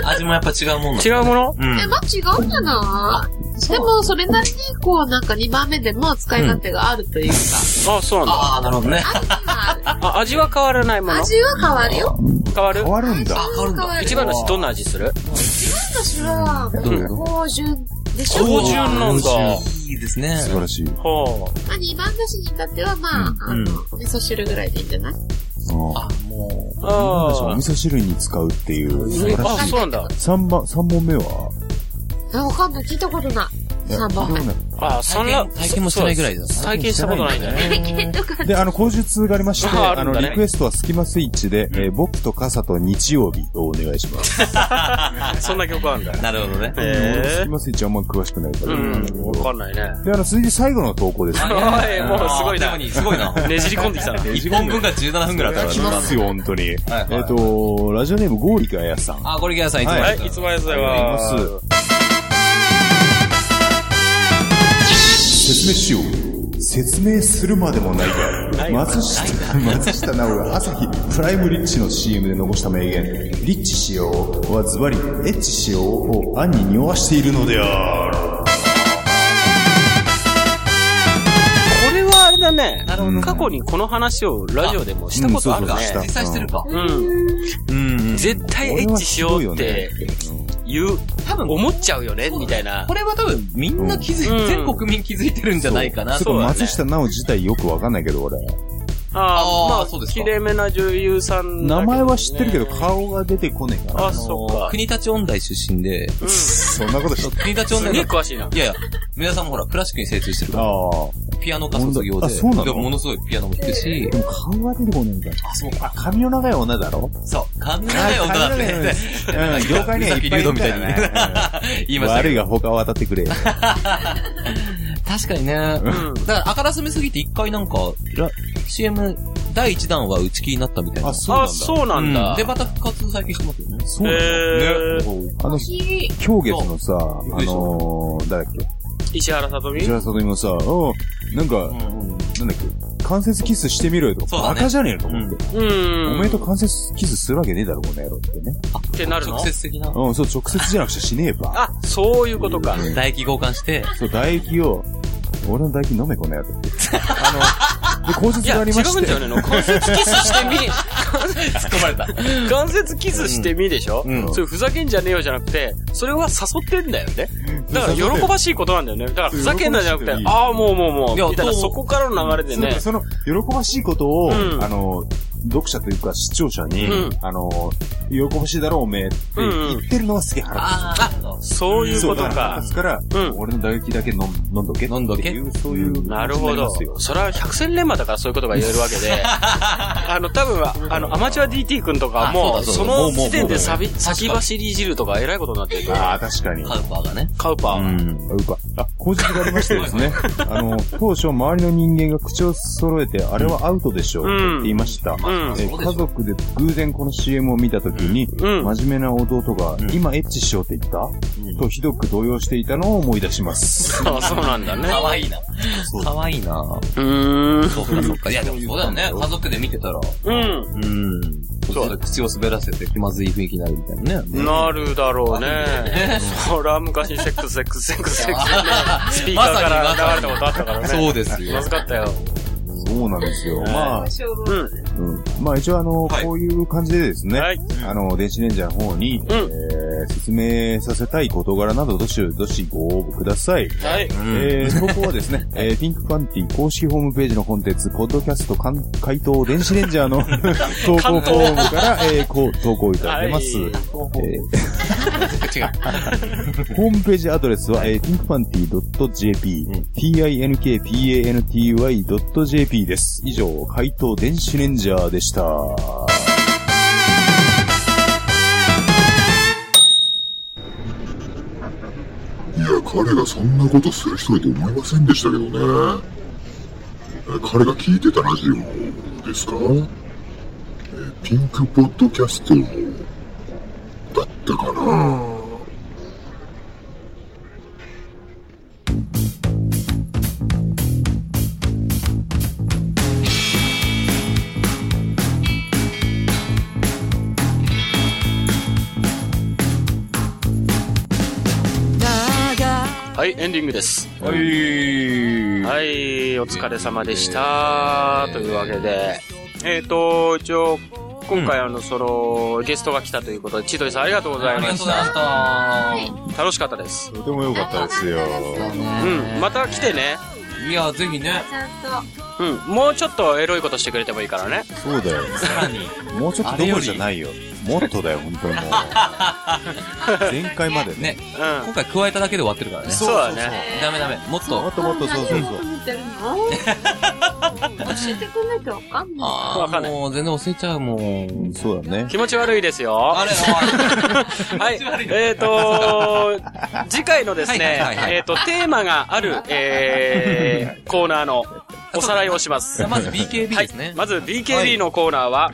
D: は。
E: (laughs) 味もやっぱ違うもんなの。
C: 違うもの
E: うん
F: え、まあ、違うんじゃないでも、それなりに、こう、なんか2番目でも使い勝手があるというか、
C: あ、そうなんだ。
E: ああ、なるほどね。
F: ま
C: あ、味は変わらないも
F: あ
C: の
F: 味は変わるよ。
C: 変わる
D: 変わるんだ。
E: 変わるんだ
F: 変わる。
C: 一番だしどんな味する
F: 私は、
D: どういうこ
F: 芳醇でしょ
C: 芳醇なんだ。
E: いいですね
D: と。素晴らしい。
C: ほう。
F: まあ、2番だしに至っては、まあ、あの、味噌汁ぐらいでいいんじゃない
D: あ
E: あ、もう。
D: あ。お
C: あ
D: 味噌汁に使うっていう。素晴
C: ー
D: ら
C: あ、
D: しい
C: そうなんだ。。
D: 三番、三本目は
F: あわかんない。聞いたことない。
D: いや
F: 3番目。
D: どうな
C: (laughs) あ、そんな
E: 体、験体験もしてないぐらいだ
C: そう体験したことないんだね。
D: で、あの、口述がありまして、
C: あ
D: あ
C: ある
D: の、
C: んだね
D: リクエストはスキマスイッチで、えー僕と傘と日曜日をお願いします。
C: そんな曲あるんだ。
E: なるほどね。
D: 俺ス
C: へ
D: キマスイッチあんま詳しくないか
C: え。
D: ら。
C: うん、わかんないね。
D: で、あの、続いて最後の投稿ですね。
C: はい、もうすごい
E: あ
C: な
E: ー。すごい (laughs) な。
C: ねじり込んできたな。
E: 1本分が17分ぐらいあったから
D: 来ますよ、本当に。えっ
E: はい
D: と、ラジオネーム、ゴーリカヤさん。
E: あ、これギャラさんいつもあ
C: は
E: りがとうござ
C: い、
E: いま
C: い
E: す
C: つもありがとうございます。
D: 説明しよう説明するまでもないが松下 (laughs) 松下奈緒が朝日プライムリッチの CM で残した名言「リッチしよう」はズバリ「エッチしよう」を暗に匂わしているのである
C: これはあれだね
E: なるほど。
C: 過去にこの話をラジオでもしたことある
D: うんそうそう
C: ね。
E: 実際してるか。
C: うん。
E: うん。
C: 絶対エッチしようって言う、
E: 多分
C: 思っちゃうよね、みたいな
E: こ。れは多分みんな気づい、
C: うん
E: 全国民気づいてるんじゃないかな
D: そう
E: とはね。
D: 松下奈緒自体よくわかんないけど俺
C: あ
E: あー
C: あ、まあ、
E: そう
C: 綺
E: ですか
C: 麗めな女優さんだけどね
D: 名前は知ってるけど顔が出てこねえから
C: あ、そっか。
E: 国立音大出身で、
C: うん。す
D: そんなことし
E: 国立音
C: げえ
E: 大が、
C: 詳しいな。
E: いやいや、皆さんもほら、クラシックに精通してる
D: あ
E: か
D: あ
E: ら、ピアノ科卒業
D: あ
E: で、
D: そうなの
E: でもものすごいピアノも弾くし
D: で、も顔が出てこねえんだ
E: あ、そう
D: あ髪の長い女だろ
E: そう、髪のない女だっ
D: 髪のない
E: て。 (laughs)
D: 女うん業界にはいっぱいいるんだよね
C: (laughs)
E: うさぎ流動みたいにね言いました
D: 悪
E: け
D: い
E: ど。
D: が他を渡ってくれ
E: 確確かにね。
C: うん。
E: だから、あからさめすぎて一回なんか、ら CM 第1弾は打ち切りになったみたいな。
D: あ、そうなん
C: あ、
D: だ。
C: そうなんだ。
E: で、また復活最近してますよね。
D: そうなん
C: え
D: だ。ね。
E: そう
D: あの、氷月のさ、あ
E: うでし
D: のー、誰だっけ
C: 石原さとみ
D: 藤原さとみもさ、うん、なんか、なんだっけ、関節キスしてみろよと
E: そ
D: か
E: う、だね
D: バカじゃねえよと思って。
C: うん。
D: おめえと関節キスするわけねえだろ、この野郎ってね。
C: ってなるの
E: 直接的な。
D: うん、そう、直接じゃなくちゃしねえば。
C: あ、そういうことか。
E: 唾液交換して、
D: そう、唾液を、俺の唾液飲め、この野郎って。あの、で、口
C: い
D: 実
C: や、
D: があ
C: 違
D: りまし
C: うん
D: て
C: だ。
D: (laughs)
C: よね。関節キスしてみ、
E: 突っ込ま (laughs) れた。
C: 関節キスしてみでしょ、
E: うん
C: それふざけんじゃねえよじゃなくて、それは誘ってんだよね。だから喜ばしいことなんだよね。だからふざけんなじゃなくて
D: 喜ばしい、こと
C: ああ、もうもうも
E: いや
C: う、みたいな
E: どう
C: そこからの流れでね。
D: その、喜ばしいこと
C: う
D: を、
C: ん
D: あの、読者というか視聴者に、
C: うん
D: あの、喜ばしいだろ、おめえって言ってるのがすげえ腹立つ。
E: ああ、
C: そういう
D: そ
C: こ
D: う
C: と
D: だから
C: か
D: 腹立。つから、
C: うん
D: 俺の唾液だけ飲ん飲んどけ。
E: 飲んどけ
D: っていう、そういう感じに
C: な
D: な
C: る
D: り
C: ほ
D: ま
C: ど
D: すよ。。
C: それは百戦錬磨だからそういうことが言えるわけ
E: (laughs)
C: で。あの、多分は、あの、アマチュア DT 君とかはもう、
E: あそ
C: そ
E: うだそうだも
C: の
E: うもう
C: 時点で
E: もうだ
C: 先先走り汁とか偉いことになってるから。
D: ああ、確かに。
E: カウパーがね。
C: カウパーは。
E: ん。
D: あうか。あ、口実がありましてですね。あの、当初周りの人間が口を揃えて、あれはアウトでしょう、
C: うん
D: と言っていました。
C: ん
D: え
E: そうでしょ
D: 家族で偶然この CM を見たときに、
C: うん
D: 真面目な弟が、
E: ん
D: 今エッチしようって言った、
E: うん
D: とひどく動揺していたのを思い出します。
C: あ (laughs) そうなんだね。
E: かわいいな。かわいいな。
C: うーん。
E: そうか、そうか。いや、でもそうだよね。家族で見てたら。
C: うん。
E: うん。そうだ、口を滑らせて気まずい雰囲気になるみたいなね。
C: なるだろうね。そら昔にセックスセックスセックスセックスね、スピーカ
E: ま
C: ー
E: さ
C: か
E: にま
C: ら
E: さ
C: 流れ
E: に
C: たことあったからね。
E: そうですよ
C: ま。ずかったよ。
D: そうなんですよ。まあ、
C: うん。
D: うん、まあ一応あの、
E: はい
D: こういう感じでですね、
C: はい。
D: あの、電子レンジャーの方に、えー説明させたい事柄など、どしどしご応募ください。
C: はい。
D: えー、投稿はで
C: (laughs)
D: すね、えー、ピンクパンティ公式ホームページのコンテンツ、ポッドキャスト関回答電子レンジャー
C: (laughs)
D: の投稿フォームから、えー、こう投稿いただけます。
C: はい
D: えーホームページアドレスは、えー、pinkpanty.jp、t-i-n-k-p-a-n-t-y.jp です。以上、回答電子レンジャーでした。
I: いや、彼がそんなことする人だと思いませんでしたけどね。え彼が聞いてたラジオですかえーピンクポッドキャストだったかな
C: はい、エンディングです。
D: はい。
C: はい、お疲れ様でした。というわけで、えっ、ー、と、一応、今回あの、その、ゲストが来たということで、千鳥さんありがとうござ
E: あ
C: い
E: りが
C: ま
E: とうご
C: し
E: ざい
C: た。
E: まし
C: 楽しかったです。
D: とても良かったですよ。
C: うん、また来てね。
E: た。いや、ぜひね、
F: ちゃんと。
C: うん、もうちょっとエロいことしてくれてもいいからね。
D: そうだよ。
E: さらに。
D: もうちょっとどころじゃないよ。もっとだよ、本当にも (laughs) う。前回までね。
E: ね、
C: う
E: 今回加えただけで終わってるからね。
C: ん。そうだね。
E: ダメダメ。も
D: も
E: っと
D: っ。ともっと、そうそうそう。
F: 見てるの教えてくれないとわかんない。
E: あ
C: わか
E: あ、
C: んない
E: もう全然忘れちゃうもん。
D: そうだね。
C: 気持ち悪いですよ。
E: あれ、 (laughs) あ
C: はい。えっ、
E: (laughs)
C: と次回のですね
E: はいはいは、い
C: えっ、と、テーマがある、えー、コーナーのおさらいをします
E: れ。。まず BKB
C: は
E: で
C: い
E: すね。。
C: まず BKB のコーナーは、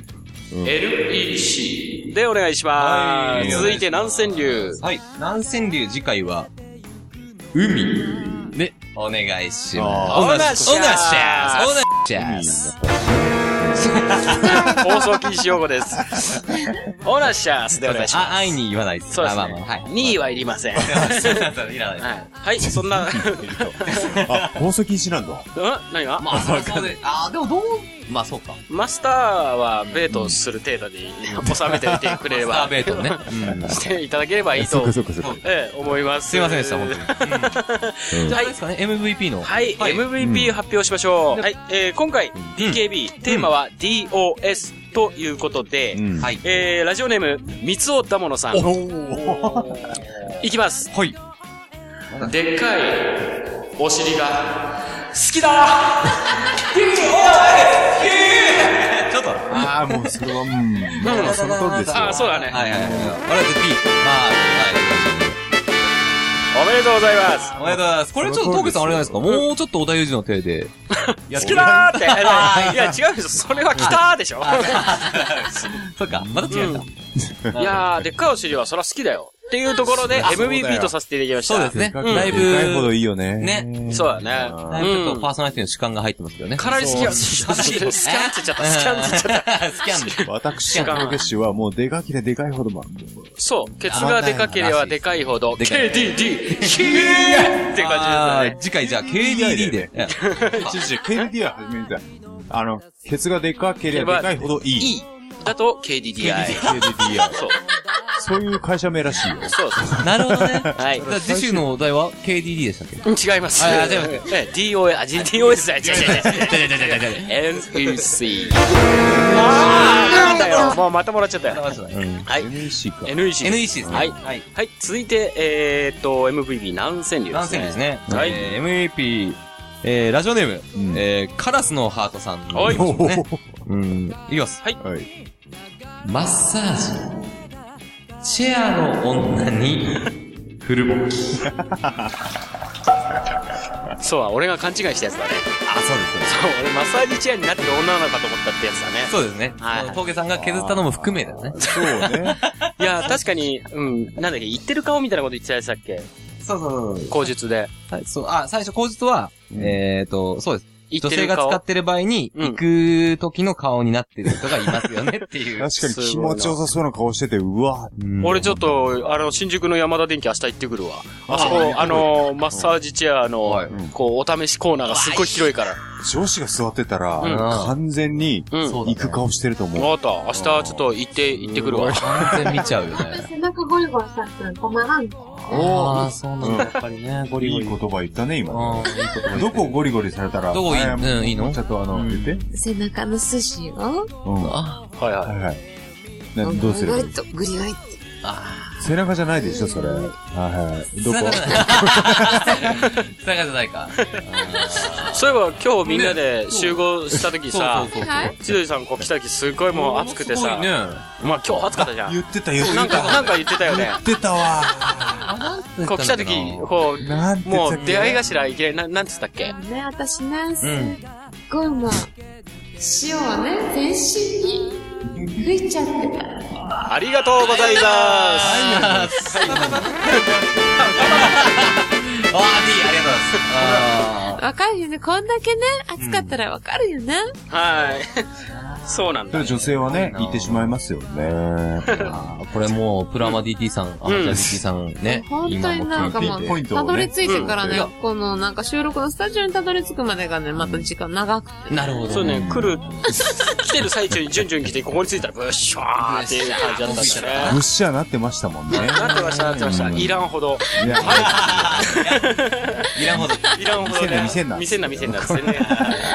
C: LEC でお願いしま
E: は
C: す。
E: い
C: 続いて南川流。
E: はい。南川流次回は、海でお願いします。
D: あー
E: お願いします。
C: お願いします
E: お願いします。
C: 放送禁止用語
E: (laughs)
C: です。オナッシャースでお願いします。
E: あ、愛に言わないです。
C: そうですね。
E: あまあまあ、はい。
C: 2位はいりません。はい
E: いらないです。
C: はい、そんな、 (laughs) ん
D: あ、放送禁止なんだ。
C: 何が
E: まあ、それはそうで、ああ、でもどう、まあそうか。
C: マスターはベートする程度に収めておいてくれれ
E: スタ
C: ば
E: (laughs) ー、ベイトね。うん。
C: していただければいいと、
D: そっかそっか。
C: ええ、思います。
E: すいませんでした、本当に。
D: うん
E: じゃあ、あれですかね、MVP の。
C: はい、MVP 発表しましょう。はい、えー今回、DKB、テーマは DOS ということで、
D: うん
E: はい。
C: えー、ラジオネーム、三尾だものさん。いきます。
E: はい。
C: でっかい、お尻が、好きだ
E: ちょっと。あ
D: ああ、もうそれは、うん。まあその通りですよ。
C: あ、そうだね。
E: はいはいはい。あれ、P。まあ、はい。
C: おおめでとうございます。
E: おめでとうございます。これちょっと、トーケさんあれじゃないですか。もうちょっと小田裕二の手で。や
C: 好きだーって。いや、違うでしょ。それは来たーでしょ。
E: (laughs) そっか、また違った。
C: いやー、でっかいお尻はそら好きだよ。っていうところで、
D: そうだよ
C: MVP とさせていただきました。
E: そうですね。
D: でっか
E: だいぶ、
D: でっかいほどいいよね。
E: ね
C: そうだね
E: だいぶちょっとパーソナリティの主観が入ってますけどね。
C: かなり好きや。スキャンって言っちゃった、スキャンって言っちゃった。
E: スキャンです。
D: 私、影シはもうでかきででかいほどもある。
C: そう、ケツがでかければでかいほど、
E: でかい
C: KDD、ヒーって感じ
E: あー次回じゃあ KDD で。
D: ちょちょ、KD は始めたい。あの、ケツがでかければでかいほどい
C: で
D: い。
C: すね。E だと KDDI。(laughs)
D: KDDI。
C: そう。
D: そういう会社名らしいよ。
C: そうそう。
E: なるほどね。
C: はい
E: じゃあ次週のお題は KDD でしたっけ
C: 違います。
E: あー違います
C: ええ DOS、あ、DOS だ。違う違う違う違う。NEC。あー、なんだよ。もうまたもらっちゃったよ。はい。
D: NEC か。
C: NEC。
E: NEC ですね。
C: はい。
E: はい。
C: はい、続いて、えーっと、MVP 南千流ですね。
E: 何千ですね。
C: はい
E: えー MVP、えーラジオネーム、
D: うん
E: えーカラスのハートさん。
C: はい
E: ねうん。いきます。
D: はい。
E: マッサージ。チェアの女に、フルボッキ。
C: そうだ、俺が勘違いしたやつだね。
E: あ、そうです、そうです。
C: そう、俺マッサージチェアになってる女なのかと思ったってやつだね。
E: そうですね。
C: はい
E: その峠さんが削ったのも含めだよね。
D: そうね。
C: いや、確かに、うん、なんだっけ、言ってる顔みたいなこと言ってたやつだっけ
E: そうそうそう
C: 口述で。
E: はいそう。あ、最初、口述は、えーと、そうです。
C: 言
E: 女
C: って
E: 性
C: る
E: が
C: 顔。
E: 使ってる場合に、
C: うん
E: 行く時の顔になってる人がいますよねっ
D: (laughs)
E: ていう。
D: 確かに気持ちよさそうな顔してて、うわ
E: うん
C: 俺ちょっと、あの、新宿の山田電機明日行ってくるわ。あそこ、あの、マッサージチェアの
E: はい、
C: こう、お試しコーナーがすっごい広いから。
D: 上司が座ってたら、
C: うん
D: 完全に、
C: うん。
E: そう
D: 行く顔してると思う。
C: わかった。明日ちょっと行って、行ってくるわ。
E: 完全見ちゃうよね。
F: 背中ゴリゴリされてる止まらん。
E: ああ、そうなん
D: ん
E: だ、やっぱりね、ゴリ
D: い
E: ゴ
D: い
E: リ。
D: 言葉言ったね、今。
E: あーいいこと
D: どこをゴリゴリされたら、
E: どこいい
D: あ
E: うんいいの
D: ちょっとあ
E: う
D: の、
E: ん
D: 言って。
F: 背中の寿司を、
D: うん。は
E: あ
C: はい
D: い
C: は
D: はい。などうすればいい
F: っと、グリグリっ
E: あ
D: 背中じゃないでしょ、それ。はいはい。
E: ー。
D: どこ
E: 繋がらない。繋がらないか。
C: い。そういえば今日みんなで集合した時さ、
E: そうそうそう
F: はい
C: 千鳥さんこう来た時すごいもう暑くて
E: すご
C: さ
E: い、ね。
C: まあ今日暑かったじゃん。
D: 言ってた、言って
C: なんか、
D: た。
C: なんか言ってたよね。
D: 言ってたわ。
C: こう来た時、こう、
D: なんて
C: もう出会い頭いきなり、ななんつったってけ
F: ね、私ね、す
E: う
F: っ
E: ん。
F: ごいもう、塩をね、全身に吹いちゃってた。
C: ありがとうございます
E: あー、あー D、ありがとうございます。あ
F: わかるよね。こんだけね、暑かったらわかるよね。
C: はい。そうなんだ。
D: 女性はね、言ってしまいますよね。
E: ーあーこれもう、プラマ DT さん、あ、じゃあ DT さんね。
F: 本当になんかも
D: ポイン
F: う、
D: ト
F: た
D: を
F: どり
D: ね。
F: 着いてからね
E: うん、
F: このなんか収録のスタジオにたどり着くまでがね、また時間長くて。
E: なるほど。
C: そうね、来る、来てる最中に順々来て、ここに着いたら、ブッシャーっていう感じだったんだ
D: ぐ
C: ね。
D: っしゃなってましたもんね。
C: なってました、なってました。いらんほど。
D: いや、
E: いらんほど。
C: いらんほどね。
D: 見せんな
C: 見せんな、見せんなっつってね。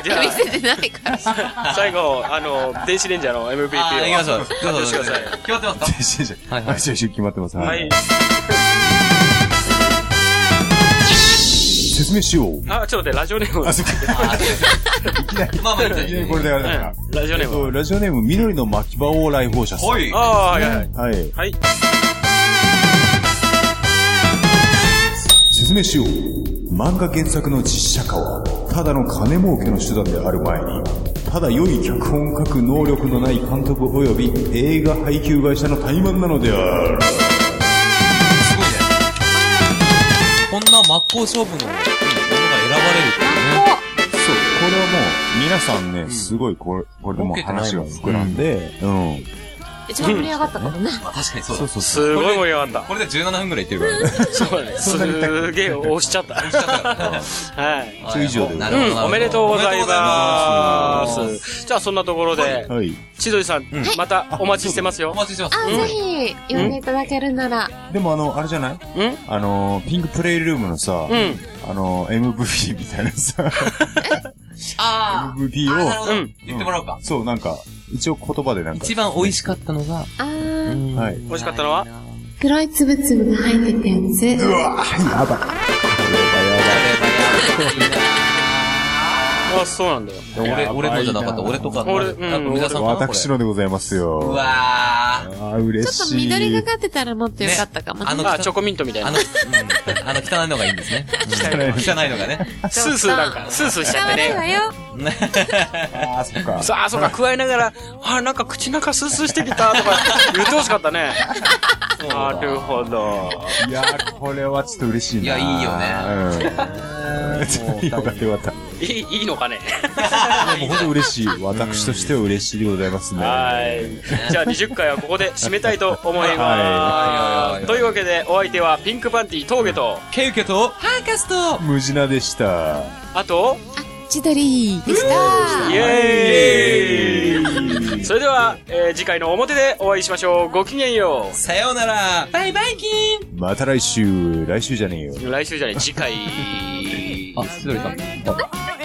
C: じゃ
F: 見せてないから。
C: あ、最後、あの、電子レンジャーの MVP を。
E: あー、行きましょう。どうぞ。
C: 発表してください。
E: 決まってますか
D: じゃじゃ、はい、じゃ決まってます。
C: はい。。
D: 説明しよう。
C: あ、ちょっと待って、ラジオネーム。
D: あ、そっか。いきなり。
E: まあまあ、いいんじゃない
D: いきなりこれであれだから。
C: ラジオネ
D: えっ
C: ーム。
D: と、ラジオネーム、緑の巻き場往来放射さん。
E: は。
D: はい
C: ああー、はいはいはい。
D: い。
C: はい。
D: 説明しよう。漫画原作の実写化は、ただの金儲けの手段である前に、ただ良い脚本を書く能力のない監督及び映画配給会社の怠慢なのである。
E: すごいね。こんな真っ向勝負のものが選ばれるっていうね。
D: そう、これはもう、皆さんね、すごいこれ、これでもう話が膨らんで、うん。
F: 一番盛り上がったからね。
E: 確かにそ
D: そ
E: う
D: う
E: だ。
D: そうそう。
C: すごい盛り上がった。
E: これで17分くらいいってるからね。
C: そうだね。す
D: そんなに言ったっけ
C: ーげえ押しちゃった。はい。
D: それ以上で
E: な
C: う
E: るほどなるほ
C: ん、
E: ど
C: おめでとうございま。
E: おめでとうございます
C: じゃあ、そんなところで、
D: はい。
C: 千鳥さん、またお待ちしてますよ
E: お。待ちしてます。
F: あ、ぜひ、呼んでいただけるなら。
D: でもあの、あれじゃない
C: うん
D: あの、ピンクプレイルームのさ、
C: うん。
D: あの、MVP みたいなさ、
E: あ
D: MVP
E: ーな
D: を、
E: るほど
C: うん
E: 言ってもらおうか。
D: そう、なんか、一応言葉でなんか
E: 一、番美味しかったのが、
F: あー、
D: はい。
C: 美味しかったのは
F: 黒いつぶつぶが入っててやつ。
D: うわやば。
E: やばいやばいいいな
C: あ、そうなんだよ。
E: 俺、俺のじゃなかった。俺とか、
C: 俺
E: あ
C: うん
E: 梅沢さんかな
D: 私のでございますよ。
E: これうわ
D: あー嬉
F: ちょっと
D: しい。
F: 緑がかってたらもっと良かったかもね。
E: ね
C: あ、チョコミントみたい
E: ー。あ
C: な
E: の、。うんあの、汚いのがいいんですね。汚いのがね。
C: スースーなんか、スースーしちゃって
F: 悪いわ
C: ね。
F: よ。
D: ああ、そっか。
C: さあ、そうか、加えながら、あ、なんか口なんかスースーしてきたとか言ってほしかったね。なるほど。
D: いやー、これはちょっと嬉しいな。
E: いやいいよ
D: ね。うん。よかったよかっ
C: いい、いいのかね。
D: た。もう本当嬉しい。私としては嬉しいでございますね。
C: はい。じゃあ20回はここで締めたいと思いま
E: は
C: す。
E: い
C: というわけで、お相手はピンクパンティ峠と、
E: ケウケと、ハーカスト
D: 無事なでした。
C: あと、
F: 千鳥でした。
C: イエーイそれでは、えー次回の表でお会いしましょう。ごきげんよ
E: さようならバイバイキン
D: また来週。来週じゃねえよ。
C: う。来週じゃない、次回。
E: あ、千鳥さん。